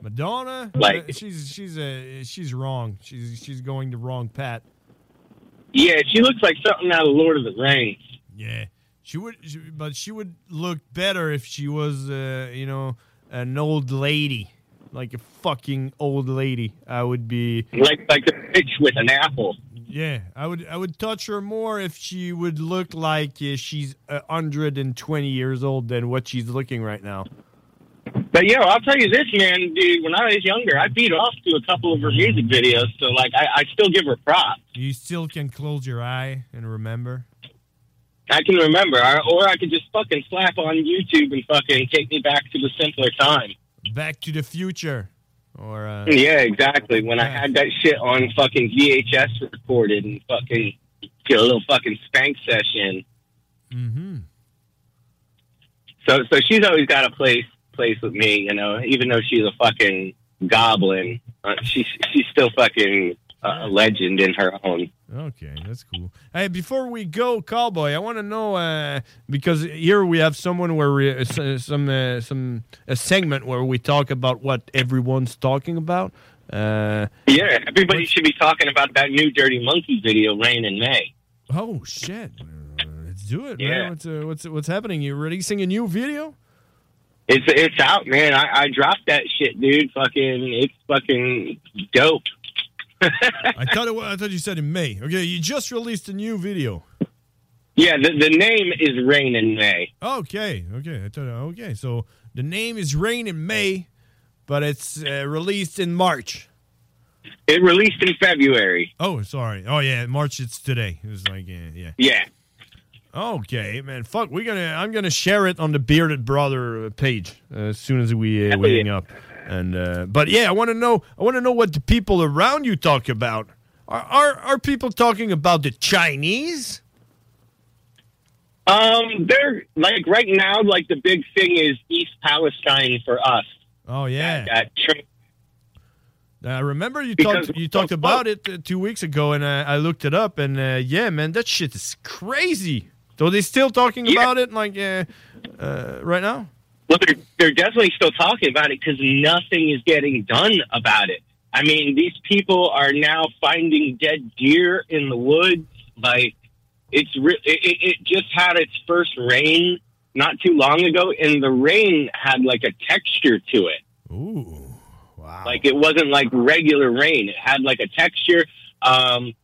[SPEAKER 7] Madonna.
[SPEAKER 6] Like-
[SPEAKER 7] Uh, she's she's uh, she's wrong. She's she's going the wrong path.
[SPEAKER 6] Yeah, she looks like something out of Lord of the Rings.
[SPEAKER 7] Yeah, she would, she, but she would look better if she was, uh, you know, an old lady, like a fucking old lady. I would be
[SPEAKER 6] Like like the bitch with an apple.
[SPEAKER 7] Yeah, I would I would touch her more if she would look like uh, she's uh, 120 years old than what she's looking right now.
[SPEAKER 6] But yo, I'll tell you this, man, dude. When I was younger, I beat off to a couple of her music videos, so like I, I still give her props.
[SPEAKER 7] You still can close your eye and remember.
[SPEAKER 6] I can remember, I, or I could just fucking slap on YouTube and fucking take me back to the simpler time.
[SPEAKER 7] Back to the future, or uh,
[SPEAKER 6] Yeah, exactly. When I had that shit on fucking VHS recorded and fucking get a little fucking spank session.
[SPEAKER 7] Mm-hmm.
[SPEAKER 6] So so she's always got a place place with me, you know. Even though she's a fucking goblin, uh, she's she's still fucking uh, a legend in her own.
[SPEAKER 7] Okay, that's cool. Hey, before we go, cowboy, I want to know uh, because here we have someone where we uh, s- some uh, some a segment where we talk about what everyone's talking about. Uh,
[SPEAKER 6] Yeah, everybody should be talking about that new Dirty Monkey video, Rain in May.
[SPEAKER 7] oh shit, Uh, let's do it. man.
[SPEAKER 6] Yeah.
[SPEAKER 7] What's uh, what's what's happening? You releasing a new video?
[SPEAKER 6] It's it's out, man. I, I dropped that shit, dude. Fucking, it's fucking dope.
[SPEAKER 7] I thought it wa- I thought you said in May. Okay, you just released a new video.
[SPEAKER 6] Yeah, the, the name is Rain in May.
[SPEAKER 7] Okay, okay, I thought okay. So the name is Rain in May, but it's uh, released in March.
[SPEAKER 6] It released in February.
[SPEAKER 7] Oh, sorry. Oh yeah, March. It's today. It's like uh, yeah.
[SPEAKER 6] Yeah.
[SPEAKER 7] Okay, man. Fuck, we're gonna. I'm gonna share it on the Bearded Brother uh, page uh, as soon as we uh, we hang up. And uh, but yeah, I want to know. I want to know what the people around you talk about. Are are are people talking about the Chinese?
[SPEAKER 6] Um, they're like right now, like the big thing is East Palestine for us.
[SPEAKER 7] Oh yeah.
[SPEAKER 6] That Trump
[SPEAKER 7] I remember you
[SPEAKER 6] Because-
[SPEAKER 7] talked you talked about it uh, two weeks ago, and I, I looked it up, and uh, yeah, man, that shit is crazy. So they still talking about it like uh, uh, right now?
[SPEAKER 6] Well, they're, they're definitely still talking about it because nothing is getting done about it. I mean, these people are now finding dead deer in the woods. Like, it's re- it, it it just had its first rain not too long ago, and the rain had like a texture to it.
[SPEAKER 7] Ooh,
[SPEAKER 6] wow! Like it wasn't like regular rain; it had like a texture. Um,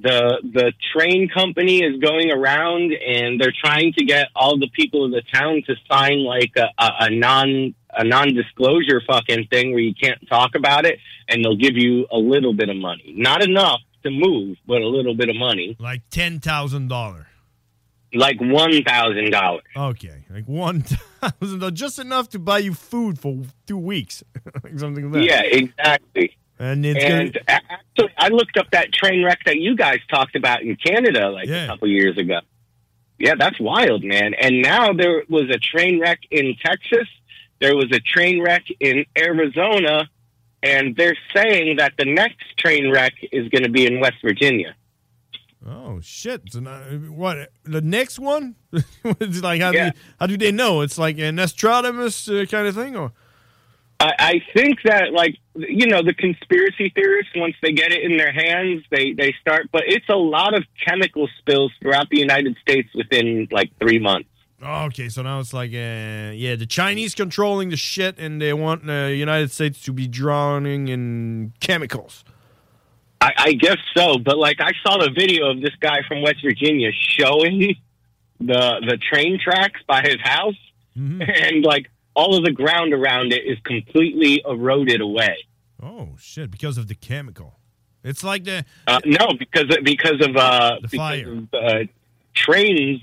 [SPEAKER 6] the the train company is going around and they're trying to get all the people of the town to sign like a, a, a non a non disclosure fucking thing where you can't talk about it and they'll give you a little bit of money. Not enough to move, but a little bit of money.
[SPEAKER 7] Like ten thousand dollars.
[SPEAKER 6] Like one thousand dollars.
[SPEAKER 7] Okay, like one thousand, dollars, just enough to buy you food for two weeks, like something like that.
[SPEAKER 6] Yeah, exactly.
[SPEAKER 7] and it's
[SPEAKER 6] and
[SPEAKER 7] gonna,
[SPEAKER 6] a- actually, I looked up that train wreck that you guys talked about in Canada like a couple years ago. Yeah, that's wild, man. And now there was a train wreck in Texas. There was a train wreck in Arizona, and they're saying that the next train wreck is going to be in West Virginia.
[SPEAKER 7] oh shit! So now, what the next one? it's like how do you, how do they know? It's like an astronomist uh, kind of thing, or
[SPEAKER 6] I, I think that like you know the conspiracy theorists once they get it in their hands they they start but it's a lot of chemical spills throughout the United States within like three months.
[SPEAKER 7] Oh, okay, so now it's like, uh, yeah, the Chinese controlling the shit, and they want the United States to be drowning in chemicals.
[SPEAKER 6] I, I guess so, but like I saw the video of this guy from West Virginia showing the the train tracks by his house,
[SPEAKER 7] Mm-hmm.
[SPEAKER 6] and like all of the ground around it is completely eroded away.
[SPEAKER 7] Oh shit! Because of the chemical, it's like the
[SPEAKER 6] Uh, no, because because of uh,
[SPEAKER 7] The
[SPEAKER 6] because
[SPEAKER 7] fire.
[SPEAKER 6] of, uh, trains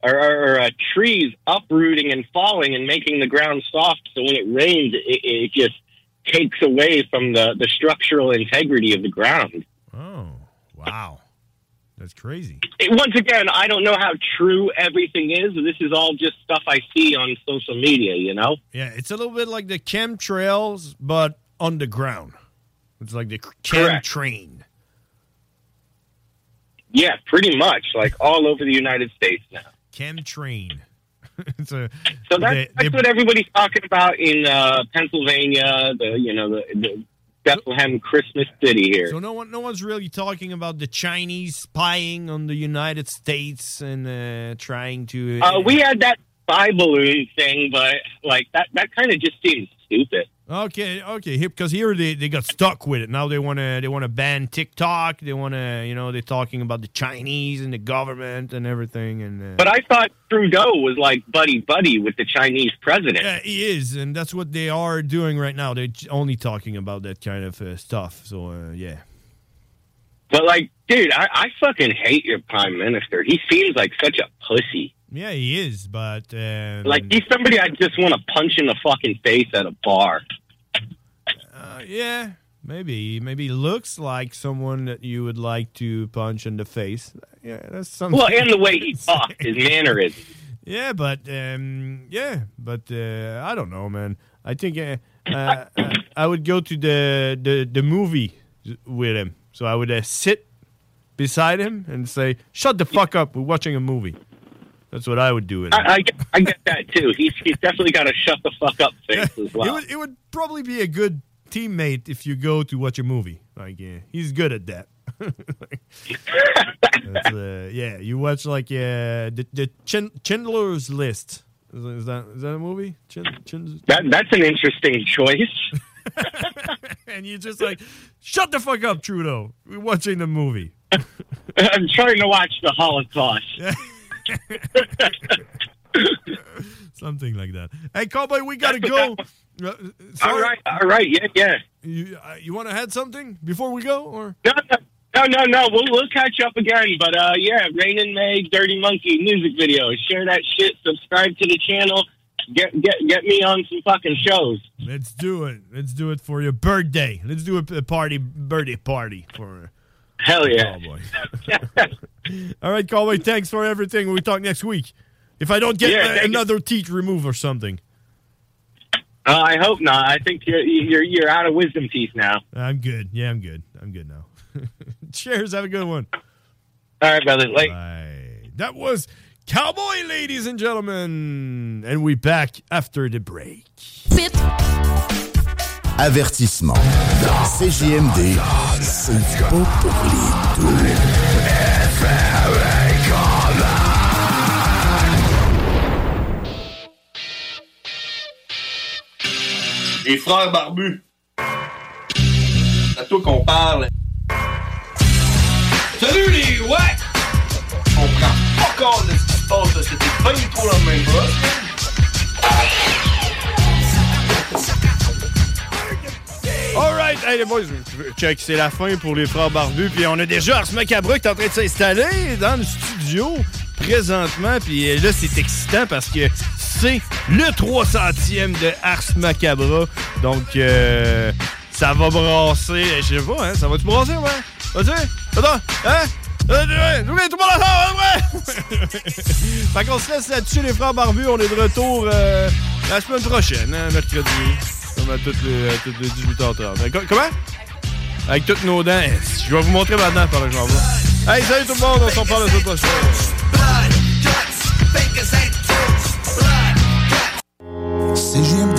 [SPEAKER 6] or, or, or, uh, trees uprooting and falling and making the ground soft. So when it rains, it, it just takes away from the, the structural integrity of the ground.
[SPEAKER 7] oh wow, that's crazy.
[SPEAKER 6] It, once again, I don't know how true everything is. This is all just stuff I see on social media. You know,
[SPEAKER 7] Yeah, it's a little bit like the chemtrails, but underground. It's like the chem train.
[SPEAKER 6] yeah, pretty much like all over the United States now.
[SPEAKER 7] Chem train. it's a
[SPEAKER 6] So that's, that's what everybody's talking about in uh, Pennsylvania, the you know the, the Bethlehem Christmas city here.
[SPEAKER 7] So no one, no one's really talking about the Chinese spying on the United States and uh, trying to.
[SPEAKER 6] Uh, we had that spy balloon thing, but like that that kind of just seems stupid.
[SPEAKER 7] Okay, okay, because here they, they got stuck with it. Now they want to they want to ban TikTok. They want to you know they're talking about the Chinese and the government and everything. And uh,
[SPEAKER 6] But I thought Trudeau was like buddy buddy with the Chinese president.
[SPEAKER 7] yeah, he is, and that's what they are doing right now. They're j- only talking about that kind of uh, stuff. So uh, yeah,
[SPEAKER 6] But like, dude, I, I fucking hate your prime minister. He seems like such a pussy.
[SPEAKER 7] yeah, he is. But um,
[SPEAKER 6] Like he's somebody I just want to punch in the fucking face at a bar.
[SPEAKER 7] uh, yeah, maybe maybe he looks like someone that you would like to punch in the face. Yeah, that's something.
[SPEAKER 6] Well, and the way he talks, his mannerisms.
[SPEAKER 7] Yeah, but um, yeah, but uh, I don't know, man. I think uh, uh, uh, I would go to the, the the movie with him. So I would uh, sit beside him and say, "Shut the fuck up! We're watching a movie." That's what I would do. With him.
[SPEAKER 6] I, I, get- I get that too. He's, he's definitely got a shut the fuck up face as
[SPEAKER 7] It
[SPEAKER 6] well.
[SPEAKER 7] would it would probably be a good teammate if you go to watch a movie. Like yeah, he's good at that. That's, uh, yeah, you watch like uh, the the Chin- Schindler's List. Is, is that is that a movie? Chin, Chin-
[SPEAKER 6] That, that's an interesting choice.
[SPEAKER 7] and you're just like, shut the fuck up, Trudeau. We're watching the movie.
[SPEAKER 6] I'm trying to watch the Holocaust.
[SPEAKER 7] Something like that. Hey, Cowboy, we gotta go. Uh,
[SPEAKER 6] All right, all right, yeah, yeah.
[SPEAKER 7] You, uh, you want to add something before we go, or
[SPEAKER 6] No, no, no, no, no. We'll, we'll catch up again. But uh, yeah, Rain and May, Dirty Monkey music video. Share that shit. Subscribe to the channel. Get get get me on some fucking shows.
[SPEAKER 7] let's do it. Let's do it for your birthday. Let's do a, a party, birthday party for.
[SPEAKER 6] Hell yeah. Uh,
[SPEAKER 7] Cowboy. All right, Cowboy. Thanks for everything. We talk next week. If I don't get
[SPEAKER 6] Yeah,
[SPEAKER 7] uh,
[SPEAKER 6] thank you.
[SPEAKER 7] another teeth remove or something,
[SPEAKER 6] Uh, I hope not. I think you're you're you're out of wisdom teeth now.
[SPEAKER 7] Uh, I'm good. Yeah, I'm good. I'm good now. Cheers. Have a good one.
[SPEAKER 6] All right, brother. Late.
[SPEAKER 7] That was Cowboy, ladies and gentlemen. And we back after the break.
[SPEAKER 2] Avertissement. CJMD, c'est pas pour les
[SPEAKER 3] Les frères barbus. C'est à toi qu'on parle. Salut les ouais! On prend pas compte de ce qui se passe, là. c'était pas du tout la même chose.
[SPEAKER 7] All right. Hey, les boys, check, c'est la fin pour les frères barbus. Puis on a déjà Ars Macabre qui est en train de s'installer dans le studio présentement. Puis euh, là, c'est excitant parce que c'est le 300e de Ars Macabre. Donc, euh, ça va brasser. Je sais pas, hein, ça va-tu brasser, ouais? Vas-tu? Attends, hein? Euh, ouais, nous, les, tout le monde ensemble, hein, ouais? fait qu'on se laisse là-dessus, les frères barbus. On est de retour euh, la semaine prochaine, hein, mercredi. Comme à toutes les, à toutes les 18h30. Euh, co- Comment? Avec toutes nos dents. Eh, Je vais vous montrer maintenant par le genre. Hey, salut tout le monde, on s'en parle la semaine prochaine.
[SPEAKER 2] CJMD.